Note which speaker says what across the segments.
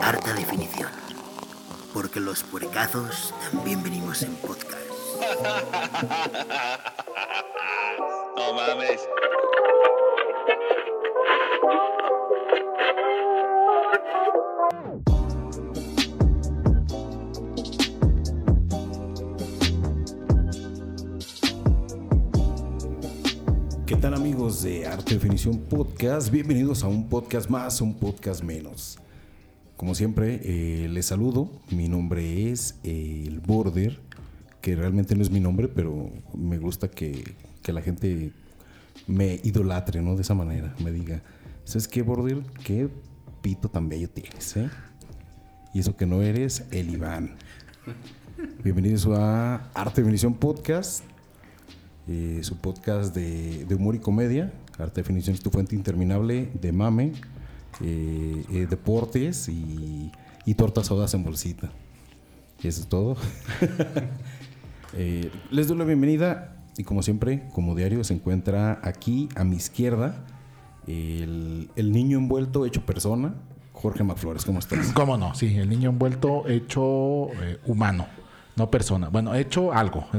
Speaker 1: harta definición. Porque los puercazos también venimos en podcast.
Speaker 2: No mames.
Speaker 3: ¿Qué tal amigos de Arte Definición Podcast? Bienvenidos a un podcast más, un podcast menos. Como siempre, eh, les saludo. Mi nombre es eh, el Border, que realmente no es mi nombre, pero me gusta que, que la gente me idolatre, ¿no? De esa manera, me diga, ¿sabes qué, Border? ¿Qué pito tan bello tienes, eh? Y eso que no eres el Iván. Bienvenidos a Arte Definición Podcast eh, su podcast de, de humor y comedia, Arte Definición es tu fuente interminable, de mame, eh, eh, deportes y, y tortas sodas en bolsita. Y eso es todo. Eh, les doy la bienvenida y como siempre, como diario, se encuentra aquí a mi izquierda el, el niño envuelto hecho persona, Jorge Macflores. ¿Cómo estás?
Speaker 4: ¿Cómo no? Sí, el niño envuelto hecho eh, humano, no persona. Bueno, hecho algo.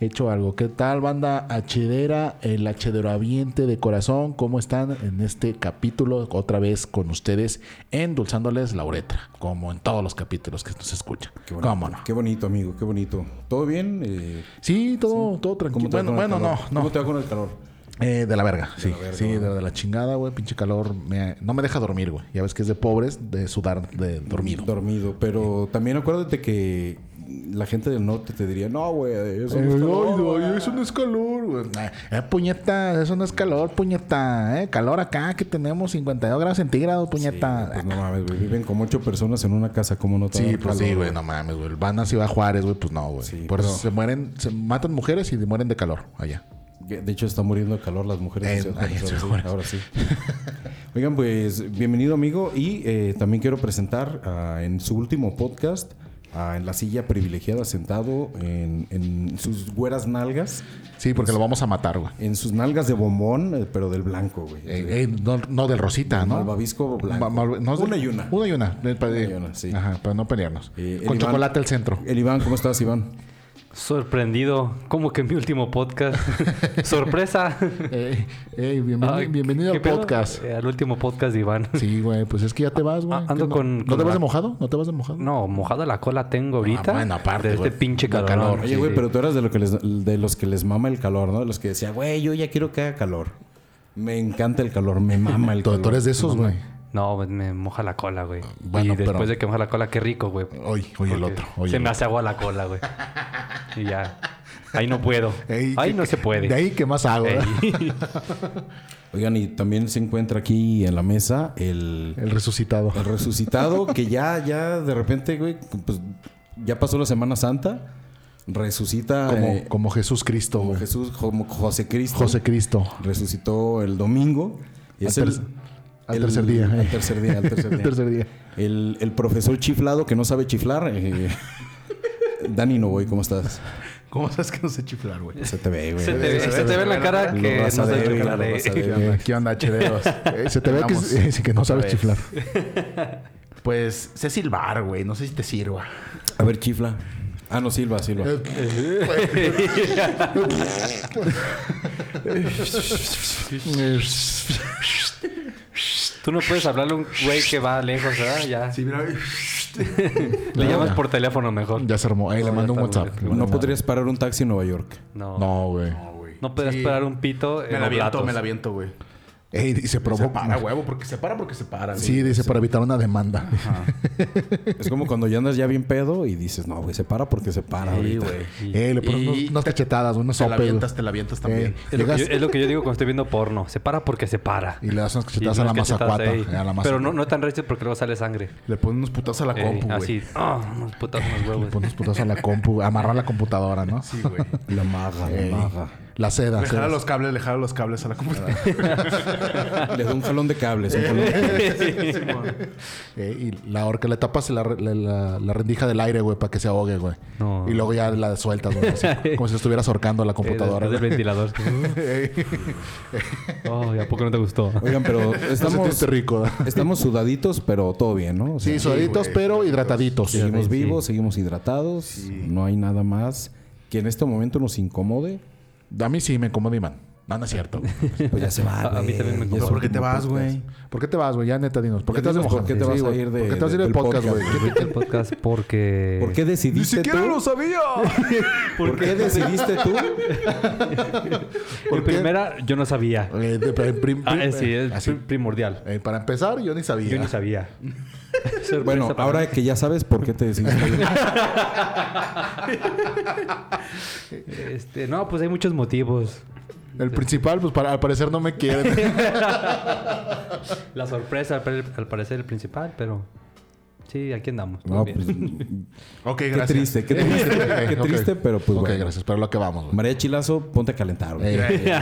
Speaker 4: hecho algo. ¿Qué tal, banda hachedera, el hachederaviente de corazón? ¿Cómo están en este capítulo? Otra vez con ustedes, endulzándoles la uretra, como en todos los capítulos que nos escuchan.
Speaker 3: Qué bonito,
Speaker 4: ¿Cómo no?
Speaker 3: Qué bonito, amigo, qué bonito. ¿Todo bien? Eh,
Speaker 4: Sí, todo, todo tranquilo.
Speaker 3: ¿cómo te va
Speaker 4: Bueno,
Speaker 3: con el
Speaker 4: bueno, no,
Speaker 3: calor?
Speaker 4: no.
Speaker 3: ¿Cómo te va con el calor?
Speaker 4: Eh, de la verga, sí.
Speaker 3: la verga,
Speaker 4: sí, de,
Speaker 3: ¿verdad?
Speaker 4: de la chingada, güey. Pinche calor. me- no me deja dormir, güey. Ya ves que es de pobres, de sudar, de dormido.
Speaker 3: Dormido, pero también acuérdate que la gente del norte te diría, no, güey, eso no
Speaker 4: Ay,
Speaker 3: es
Speaker 4: ay,
Speaker 3: calor,
Speaker 4: ay,
Speaker 3: güey".
Speaker 4: eso no es calor, güey. Eh, puñeta, eso no es calor, puñeta. Eh, calor acá que tenemos 52 grados centígrados, puñeta.
Speaker 3: Pues no mames, güey, viven como ocho personas en una casa, ¿cómo no te va a
Speaker 4: Sí,
Speaker 3: dar
Speaker 4: pues
Speaker 3: calor,
Speaker 4: sí, güey, no mames, güey. Van a Ciudad Juárez, güey, pues no, güey.
Speaker 3: Sí,
Speaker 4: Por eso
Speaker 3: pero-
Speaker 4: se mueren, se matan mujeres y mueren de calor allá.
Speaker 3: Que, De hecho, está muriendo de calor las mujeres.
Speaker 4: Eh,
Speaker 3: en Ciudad Juárez,
Speaker 4: ay,
Speaker 3: ahora
Speaker 4: en
Speaker 3: sí,
Speaker 4: Ciudad
Speaker 3: ahora sí. Oigan, pues bienvenido amigo y eh, también quiero presentar ah, en su último podcast, ah, en la silla privilegiada, sentado en, en sus güeras nalgas,
Speaker 4: Sí, porque lo vamos a matar, güey.
Speaker 3: en sus nalgas de bombón, eh, pero del blanco, güey.
Speaker 4: Eh, eh, no, no del Rosita, ¿no?
Speaker 3: Malvavisco blanco.
Speaker 4: Ma- mal- no es de-
Speaker 3: Una y una.
Speaker 4: Una y una. eh, para-
Speaker 3: Una y una, sí.
Speaker 4: Ajá, para no pelearnos.
Speaker 3: Eh, el
Speaker 4: Con
Speaker 3: Iván-
Speaker 4: chocolate al centro.
Speaker 3: El Iván, ¿cómo estás, Iván?
Speaker 5: Sorprendido, como que mi último podcast. Sorpresa.
Speaker 4: Eh, eh, bienvenido,
Speaker 5: Ay,
Speaker 4: bienvenido
Speaker 5: ¿qué
Speaker 4: al
Speaker 5: pedo?
Speaker 4: podcast.
Speaker 5: Eh, al último podcast de Iván.
Speaker 4: Sí, güey, pues es que ya te vas, güey.
Speaker 5: a- Ah, ando
Speaker 4: ¿Qué no?
Speaker 5: con-
Speaker 4: ¿No
Speaker 5: con
Speaker 4: te vas
Speaker 5: la-
Speaker 4: de mojado? ¿No te vas de mojado?
Speaker 5: No, mojada la cola tengo ahorita.
Speaker 4: Ah, bueno, aparte,
Speaker 5: De este
Speaker 4: güey,
Speaker 5: pinche
Speaker 4: del
Speaker 5: calor.
Speaker 4: calor.
Speaker 3: Oye, güey, pero tú eras de, lo que les- de los que les mama el calor, ¿no? De los que decía, güey, yo ya quiero que haga calor. Me encanta el calor, me mama el
Speaker 4: Tú,
Speaker 3: calor.
Speaker 4: tú eres de esos, güey.
Speaker 5: No, pues, me moja la cola, güey.
Speaker 4: Ah, Bueno,
Speaker 5: y después
Speaker 4: pero-
Speaker 5: de que moja la cola, qué rico, güey.
Speaker 4: Hoy, hoy el
Speaker 5: Porque
Speaker 4: otro. hoy
Speaker 5: se
Speaker 4: el
Speaker 5: me
Speaker 4: otro.
Speaker 5: hace agua la cola, güey. y ya. Ahí no puedo.
Speaker 4: Ey,
Speaker 5: ahí
Speaker 4: que-
Speaker 5: no se puede.
Speaker 4: De ahí, ¿qué más hago?
Speaker 5: Ey.
Speaker 3: Oigan, y también se encuentra aquí en la mesa el,
Speaker 4: El resucitado.
Speaker 3: el resucitado que ya, ya de repente, güey, pues ya pasó la Semana Santa, resucita eh,
Speaker 4: Como, como Jesús Cristo,
Speaker 3: como
Speaker 4: güey.
Speaker 3: Jesús, como José Cristo.
Speaker 4: José Cristo.
Speaker 3: Resucitó el domingo. Y
Speaker 4: Al
Speaker 3: es el-
Speaker 4: tercer- al
Speaker 3: el-
Speaker 4: tercer día, eh.
Speaker 3: Al tercer día, al tercer
Speaker 4: El
Speaker 3: día.
Speaker 4: tercer día.
Speaker 3: El, el profesor chiflado que no sabe chiflar. eh, Dani Novoy, ¿cómo estás?
Speaker 4: ¿Cómo sabes que no sé chiflar, güey?
Speaker 3: Se te ve, güey.
Speaker 5: Se te ve- se te ve en la cara que no
Speaker 3: raza
Speaker 5: sabes
Speaker 3: débil,
Speaker 5: chiflar,
Speaker 3: lo
Speaker 5: eh.
Speaker 3: raza
Speaker 4: ¿Qué
Speaker 3: débil.
Speaker 4: onda, ¿Qué onda, chederos? Eh, Se te ve que,
Speaker 6: Vamos.
Speaker 4: eh, sí, que no sabes
Speaker 6: Otra
Speaker 4: chiflar.
Speaker 6: vez. Pues sé silbar, güey. No sé si te sirva.
Speaker 3: A ver, chifla. Ah, no, Silva, Silva.
Speaker 5: Tú no puedes hablarle a un güey que va lejos, ¿verdad? Ya. Le llamas por teléfono mejor.
Speaker 4: Ya se armó. Ahí le
Speaker 5: No,
Speaker 4: mando
Speaker 5: ya
Speaker 4: un
Speaker 5: está,
Speaker 4: WhatsApp.
Speaker 5: güey.
Speaker 4: Le mando
Speaker 3: No
Speaker 4: un
Speaker 3: podrías parar un taxi en Nueva York.
Speaker 5: No.
Speaker 4: WhatsApp.
Speaker 5: No,
Speaker 4: No, güey.
Speaker 5: puedes
Speaker 6: Sí.
Speaker 5: esperar un pito. en
Speaker 6: Me la aviento,
Speaker 5: Oblatos.
Speaker 6: me la aviento, güey.
Speaker 4: Ey, y se
Speaker 6: Se
Speaker 4: provoca.
Speaker 6: para, huevo, porque se para, porque se para. güey.
Speaker 4: Sí, dice, para evitar una demanda.
Speaker 3: Es como cuando ya andas ya bien pedo y dices, no, güey, se para porque se para.
Speaker 6: Sí,
Speaker 3: ahorita.
Speaker 6: güey.
Speaker 4: Ey, le pones
Speaker 6: Y
Speaker 4: unos- unas
Speaker 6: te-
Speaker 4: cachetadas, unos
Speaker 6: Te la
Speaker 4: sopes. güey.
Speaker 6: avientas, te la avientas también.
Speaker 4: Ey,
Speaker 5: Es lo, que
Speaker 4: llegas-
Speaker 5: yo, es lo que yo digo cuando estoy viendo porno. Se para porque se para.
Speaker 4: Y le das unas
Speaker 5: Y
Speaker 4: cachetadas a
Speaker 5: unas
Speaker 4: la
Speaker 5: cachetadas
Speaker 4: mazacuata. a
Speaker 5: ahí.
Speaker 4: la
Speaker 5: Pero
Speaker 4: mazacuata.
Speaker 5: no, no tan recio porque luego sale sangre.
Speaker 6: Le pones unos putazos a la
Speaker 5: Eh,
Speaker 6: compu, güey.
Speaker 5: así. ah, pues. unos putas unos
Speaker 4: Le
Speaker 5: huevos.
Speaker 4: pones putazo a la compu. Amarrar la computadora, ¿no?
Speaker 6: Sí, güey.
Speaker 3: La maga,
Speaker 4: Ey.
Speaker 3: la maga.
Speaker 4: La seda.
Speaker 7: Le jala
Speaker 4: sedas.
Speaker 7: los cables, le jala los cables a la computadora.
Speaker 3: Le doy un jalón de cables. un jalón de cables.
Speaker 4: Eh, y la horca, le tapas la, re- la- la- la rendija del aire, güey, para que se ahogue, güey.
Speaker 5: No.
Speaker 4: Y luego ya la sueltas, güey. así, como si estuvieras ahorcando la computadora.
Speaker 5: Eh, después del
Speaker 4: güey.
Speaker 5: ventilador. oh, ¿y ¿a poco no te gustó?
Speaker 3: Oigan, pero estamos,
Speaker 4: sentiste rico.
Speaker 3: estamos sudaditos, pero todo bien, ¿no? O sea,
Speaker 4: sí, suaditos, pero hidrataditos.
Speaker 3: seguimos
Speaker 5: sí.
Speaker 3: vivos, seguimos hidratados. No hay nada más que en este momento nos incomode.
Speaker 4: A mí sí me incomoda Iván. No, no es cierto. güey.
Speaker 3: Pues ya se va.
Speaker 5: A- a mí
Speaker 3: güey.
Speaker 5: también me
Speaker 3: Ya
Speaker 5: incomoda.
Speaker 3: es
Speaker 4: pues,
Speaker 7: ¿Por qué te
Speaker 3: último
Speaker 7: vas,
Speaker 3: podcast.
Speaker 7: güey?
Speaker 4: ¿Por qué te vas, güey? Ya neta, dinos. ¿Por
Speaker 3: Ya
Speaker 4: qué te vas a
Speaker 3: dinos por
Speaker 4: mojar?
Speaker 3: qué te vas a ir de-
Speaker 4: ¿Por qué te vas a ir
Speaker 3: del
Speaker 4: del podcast,
Speaker 3: podcast,
Speaker 4: güey?
Speaker 5: El podcast porque...
Speaker 3: ¿Por qué decidiste tú?
Speaker 7: sabía!
Speaker 3: ¿Por qué decidiste tú?
Speaker 5: En primera, yo no sabía.
Speaker 4: Eh, de- prim- prim-
Speaker 5: Ah, eh,
Speaker 4: prim-
Speaker 5: sí, es
Speaker 4: así.
Speaker 5: prim- primordial.
Speaker 4: Eh, para empezar, yo ni sabía.
Speaker 5: Yo no sabía. Sorpresa
Speaker 3: Bueno,
Speaker 5: para mí.
Speaker 3: ahora que ya sabes por qué te decidiste.
Speaker 5: Este, no, pues hay muchos motivos.
Speaker 4: El principal, pues para, al parecer no me quieren.
Speaker 5: La sorpresa, al, par- al parecer, el principal, pero... Sí, aquí andamos.
Speaker 3: No, pues,
Speaker 7: ok,
Speaker 3: qué
Speaker 7: gracias.
Speaker 3: triste, qué triste, qué
Speaker 4: Ok.
Speaker 3: triste, pero pues
Speaker 4: ok,
Speaker 3: bueno.
Speaker 4: gracias. Pero lo que vamos, güey.
Speaker 3: María Chilazo, ponte a calentar, güey.
Speaker 4: Eh,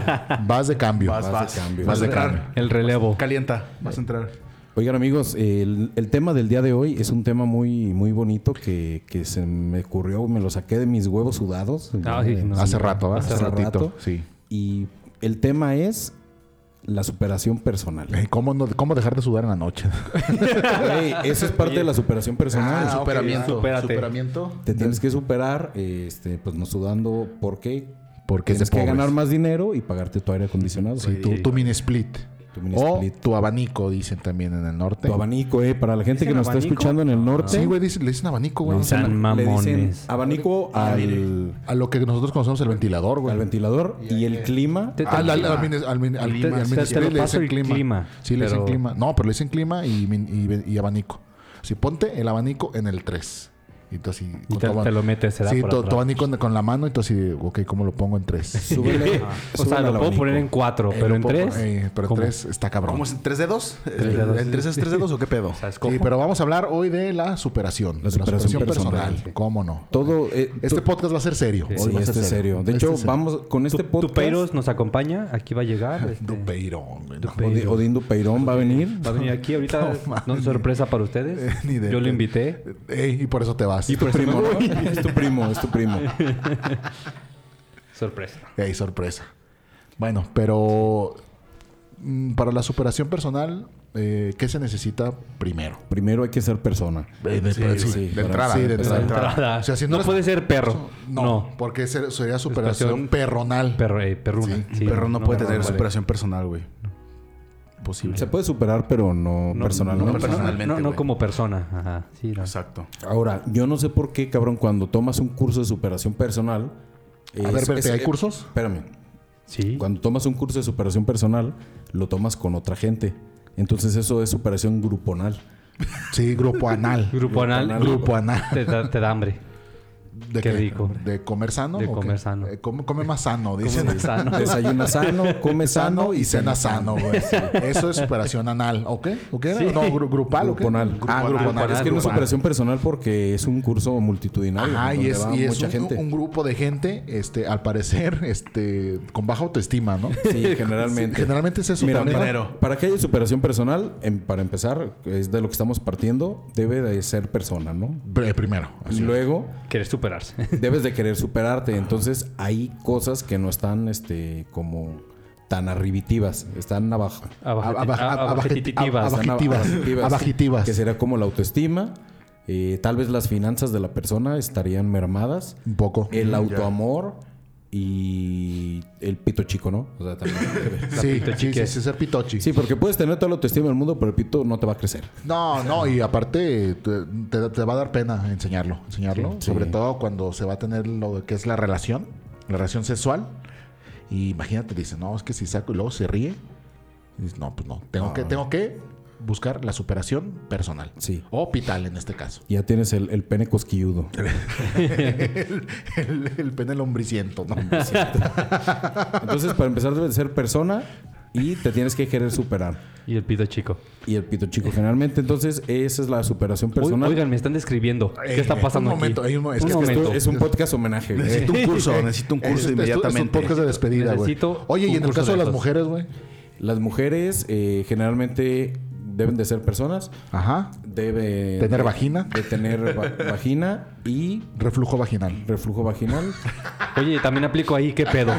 Speaker 4: vas de cambio.
Speaker 7: Vas, vas.
Speaker 3: de cambio.
Speaker 4: Vas
Speaker 7: a
Speaker 4: de
Speaker 7: entrar.
Speaker 4: cambio.
Speaker 5: El relevo.
Speaker 7: Calienta, vas a entrar.
Speaker 3: Oigan amigos, el, el tema del día de hoy es un tema muy, muy bonito que, que se me ocurrió, me lo saqué de mis huevos sudados.
Speaker 5: Ah, sí, no.
Speaker 4: Hace rato, ¿va?
Speaker 3: Hace
Speaker 4: Hace ratito.
Speaker 3: rato.
Speaker 4: Sí.
Speaker 3: Y el tema es la superación personal.
Speaker 4: Eh, ¿Cómo, no- ¿Cómo dejar de sudar en la noche?
Speaker 3: Güey, eso es parte de la superación personal.
Speaker 6: Ah, superamiento.
Speaker 5: supérate.
Speaker 6: Superamiento.
Speaker 3: Te tienes que superar, este, pues no sudando. ¿Por qué?
Speaker 4: Porque es de
Speaker 3: tienes que
Speaker 4: pobres.
Speaker 3: ganar más dinero y pagarte tu aire acondicionado.
Speaker 4: Sí,
Speaker 3: tu,
Speaker 4: tu, tu mini split.
Speaker 3: Tu mini
Speaker 4: o
Speaker 3: split.
Speaker 4: tu abanico, dicen también en el norte.
Speaker 3: tu abanico, eh. Para la gente que nos está escuchando en el norte,
Speaker 4: Sí, güey, dice- le dicen abanico, güey.
Speaker 5: No sean
Speaker 3: le dicen
Speaker 5: mamones.
Speaker 3: abanico al,
Speaker 4: A lo que nosotros conocemos el ventilador, güey.
Speaker 3: al ventilador y el clima.
Speaker 5: Te-
Speaker 4: Ah, la- la- al, mini- al, mini- al mini
Speaker 5: Te- te- te
Speaker 4: split
Speaker 5: lo
Speaker 4: le
Speaker 5: paso
Speaker 4: dicen
Speaker 5: el
Speaker 4: clima.
Speaker 5: clima,
Speaker 4: Sí, le dicen
Speaker 5: pero-
Speaker 4: clima. No, pero le dicen clima y, min- y- y abanico. Si ponte el abanico en el 3. Y tú así. con
Speaker 5: te-
Speaker 4: tu aban-
Speaker 5: te lo metes, se da
Speaker 4: Sí,
Speaker 5: por
Speaker 4: tu- tu
Speaker 5: atrás.
Speaker 4: abanico en- con la mano y tú así, ok, ¿cómo lo pongo en 3?
Speaker 3: Súbele,
Speaker 5: O sea,
Speaker 3: súbele
Speaker 5: lo
Speaker 3: al
Speaker 5: puedo
Speaker 3: abanico.
Speaker 5: poner en
Speaker 4: Eh,
Speaker 5: cuatro, pero en tres...
Speaker 4: pero en
Speaker 5: ¿cómo?
Speaker 4: 3 está cabrón.
Speaker 6: ¿Cómo es? ¿Tres dedos?
Speaker 5: Tres dedos.
Speaker 6: ¿El tres es tres dedos o qué pedo?
Speaker 5: O sea, escojo.
Speaker 4: Sí, pero vamos a hablar hoy de la superación.
Speaker 3: La
Speaker 4: de
Speaker 3: superación personal.
Speaker 4: ¿Cómo no?
Speaker 3: Todo. eh,
Speaker 4: Este
Speaker 3: to-
Speaker 4: podcast va a ser serio.
Speaker 3: sí,
Speaker 4: Hoy va a
Speaker 3: este
Speaker 4: ser
Speaker 3: es serio. De
Speaker 4: Este
Speaker 3: hecho,
Speaker 4: es serio.
Speaker 3: vamos con este
Speaker 5: Tu
Speaker 3: podcast.
Speaker 5: Peiros nos acompaña, aquí va a llegar. este,
Speaker 4: Dupeirón, güey, no.
Speaker 3: Odi- Odín Dupeirón va a venir.
Speaker 5: Va a venir aquí ahorita,
Speaker 4: No,
Speaker 5: no,
Speaker 4: mames.
Speaker 5: sorpresa para ustedes.
Speaker 4: Ni de-
Speaker 5: Yo lo invité.
Speaker 4: Ey, y por eso te vas.
Speaker 3: Es tu primo, ¿no? Es tu primo, es tu primo.
Speaker 5: Sorpresa.
Speaker 4: Ey, sorpresa. Bueno, pero mm, para la superación personal, eh, ¿qué se necesita primero?
Speaker 3: Primero hay que ser persona.
Speaker 6: Eh,
Speaker 4: Sí, sí,
Speaker 3: para-
Speaker 4: Eh, de entrada.
Speaker 3: sí,
Speaker 4: de
Speaker 3: de
Speaker 4: entrada.
Speaker 5: entrada.
Speaker 4: O sea, si no,
Speaker 5: No
Speaker 4: eres-
Speaker 5: puede ser perro.
Speaker 4: No,
Speaker 5: No.
Speaker 4: porque ser- sería superación
Speaker 5: Superación
Speaker 4: perronal.
Speaker 5: Perro, eh, perruna.
Speaker 4: Sí,
Speaker 5: Sí,
Speaker 6: Un perro no, puede tener
Speaker 5: no
Speaker 6: superación personal, güey. Posible.
Speaker 3: Se puede superar, pero no, personalmente.
Speaker 5: No, no,
Speaker 6: personalmente,
Speaker 5: no, no
Speaker 6: güey.
Speaker 5: como persona. Ajá. Sí, no.
Speaker 6: Exacto.
Speaker 3: Ahora, yo no sé por qué, cabrón, cuando tomas un curso de superación personal.
Speaker 4: ver, espérate, ¿hay cursos?
Speaker 3: Espérame.
Speaker 5: Sí.
Speaker 3: Cuando tomas un curso de superación personal, lo tomas con otra gente. Entonces, eso es superación gruponal.
Speaker 4: Sí, grupo anal.
Speaker 5: Grupo anal.
Speaker 4: Grupo anal.
Speaker 5: Te, da- te da hambre.
Speaker 4: ¿De
Speaker 5: Qué rico.
Speaker 4: ¿De comer sano?
Speaker 5: De
Speaker 4: o qué?
Speaker 5: comer sano.
Speaker 4: Eh, come, come más sano, dicen.
Speaker 5: Sano.
Speaker 3: Desayuna sano, come
Speaker 4: Sano
Speaker 3: sano
Speaker 4: y cena sano, güey. Eso es superación anal, ¿ok? ¿O qué era? No, gru- grupal, ¿o qué?
Speaker 3: Gruponal.
Speaker 4: Ah, gruponal.
Speaker 3: Es que no es superación personal porque es un curso multitudinario.
Speaker 4: Ajá, y
Speaker 3: donde
Speaker 4: es,
Speaker 3: va
Speaker 4: y es
Speaker 3: mucha
Speaker 4: un,
Speaker 3: gente.
Speaker 4: un grupo de gente, este, al parecer, este, con baja autoestima, ¿no?
Speaker 3: Sí, generalmente.
Speaker 4: Generalmente es eso
Speaker 3: Mira,
Speaker 4: también.
Speaker 3: para, para que haya superación personal, en- para empezar, es de lo que estamos partiendo, debe de ser persona, ¿no?
Speaker 4: Pr- Primero.
Speaker 3: Y
Speaker 4: así.
Speaker 3: luego
Speaker 5: Quieres superarse.
Speaker 3: debes de querer superarte. Entonces hay cosas que no están este, como tan arribitivas, están abajo.
Speaker 4: Abaj-
Speaker 5: Abaj- a-
Speaker 4: abaj-
Speaker 5: abajetitivas.
Speaker 4: abaj-
Speaker 3: Están ab-
Speaker 4: Abajitivas. Abajitivas.
Speaker 3: Que será como la autoestima. eh, tal vez las finanzas de la persona estarían mermadas.
Speaker 4: Un poco.
Speaker 3: El autoamor y el pito chico, ¿no? O sea, también.
Speaker 4: Sí, sí, sí, sí, ser pitochi.
Speaker 3: Sí, porque puedes tener toda la autoestima del mundo, pero el pito no te va a crecer.
Speaker 4: No, no, y aparte te, te- te va a dar pena enseñarlo, enseñarlo,
Speaker 3: Sí.
Speaker 4: sobre
Speaker 3: Sí.
Speaker 4: todo cuando se va a tener lo que es la relación, la relación sexual. Y imagínate, dice, no, es que si saco y luego se ríe, dices, no, pues no, tengo que, tengo que buscar la superación personal.
Speaker 3: Sí.
Speaker 4: O pital en este caso.
Speaker 3: Ya tienes el, el pene cosquilludo.
Speaker 4: el, el, el pene lombriciento, ¿no?
Speaker 3: Entonces, para empezar, debes de ser persona Y te tienes que querer superar.
Speaker 5: Y el pito chico.
Speaker 3: Y el pito chico, generalmente. Entonces, esa es la superación
Speaker 5: Oigan,
Speaker 3: personal.
Speaker 5: me están describiendo.
Speaker 7: Eh,
Speaker 5: ¿Qué está pasando
Speaker 7: un momento,
Speaker 5: aquí?
Speaker 7: eh, un mo- es que
Speaker 5: un
Speaker 7: esto
Speaker 5: momento.
Speaker 3: es un podcast homenaje. Eh, güey.
Speaker 6: Necesito un curso, necesito un curso
Speaker 4: Esto- esto- Es un
Speaker 6: inmediatamente.
Speaker 4: podcast de despedida, güey.
Speaker 5: Necesito
Speaker 4: Oye, y
Speaker 5: un
Speaker 4: en el
Speaker 5: curso
Speaker 4: caso de
Speaker 5: de
Speaker 4: las
Speaker 5: estos.
Speaker 4: mujeres, güey.
Speaker 3: Las mujeres eh, generalmente deben de ser personas.
Speaker 4: Ajá.
Speaker 3: Debe
Speaker 4: Tener
Speaker 3: de-
Speaker 4: vagina.
Speaker 3: De tener va- vagina y
Speaker 4: Reflujo vaginal.
Speaker 3: reflujo vaginal.
Speaker 5: Oye, también aplico ahí, ¿qué pedo?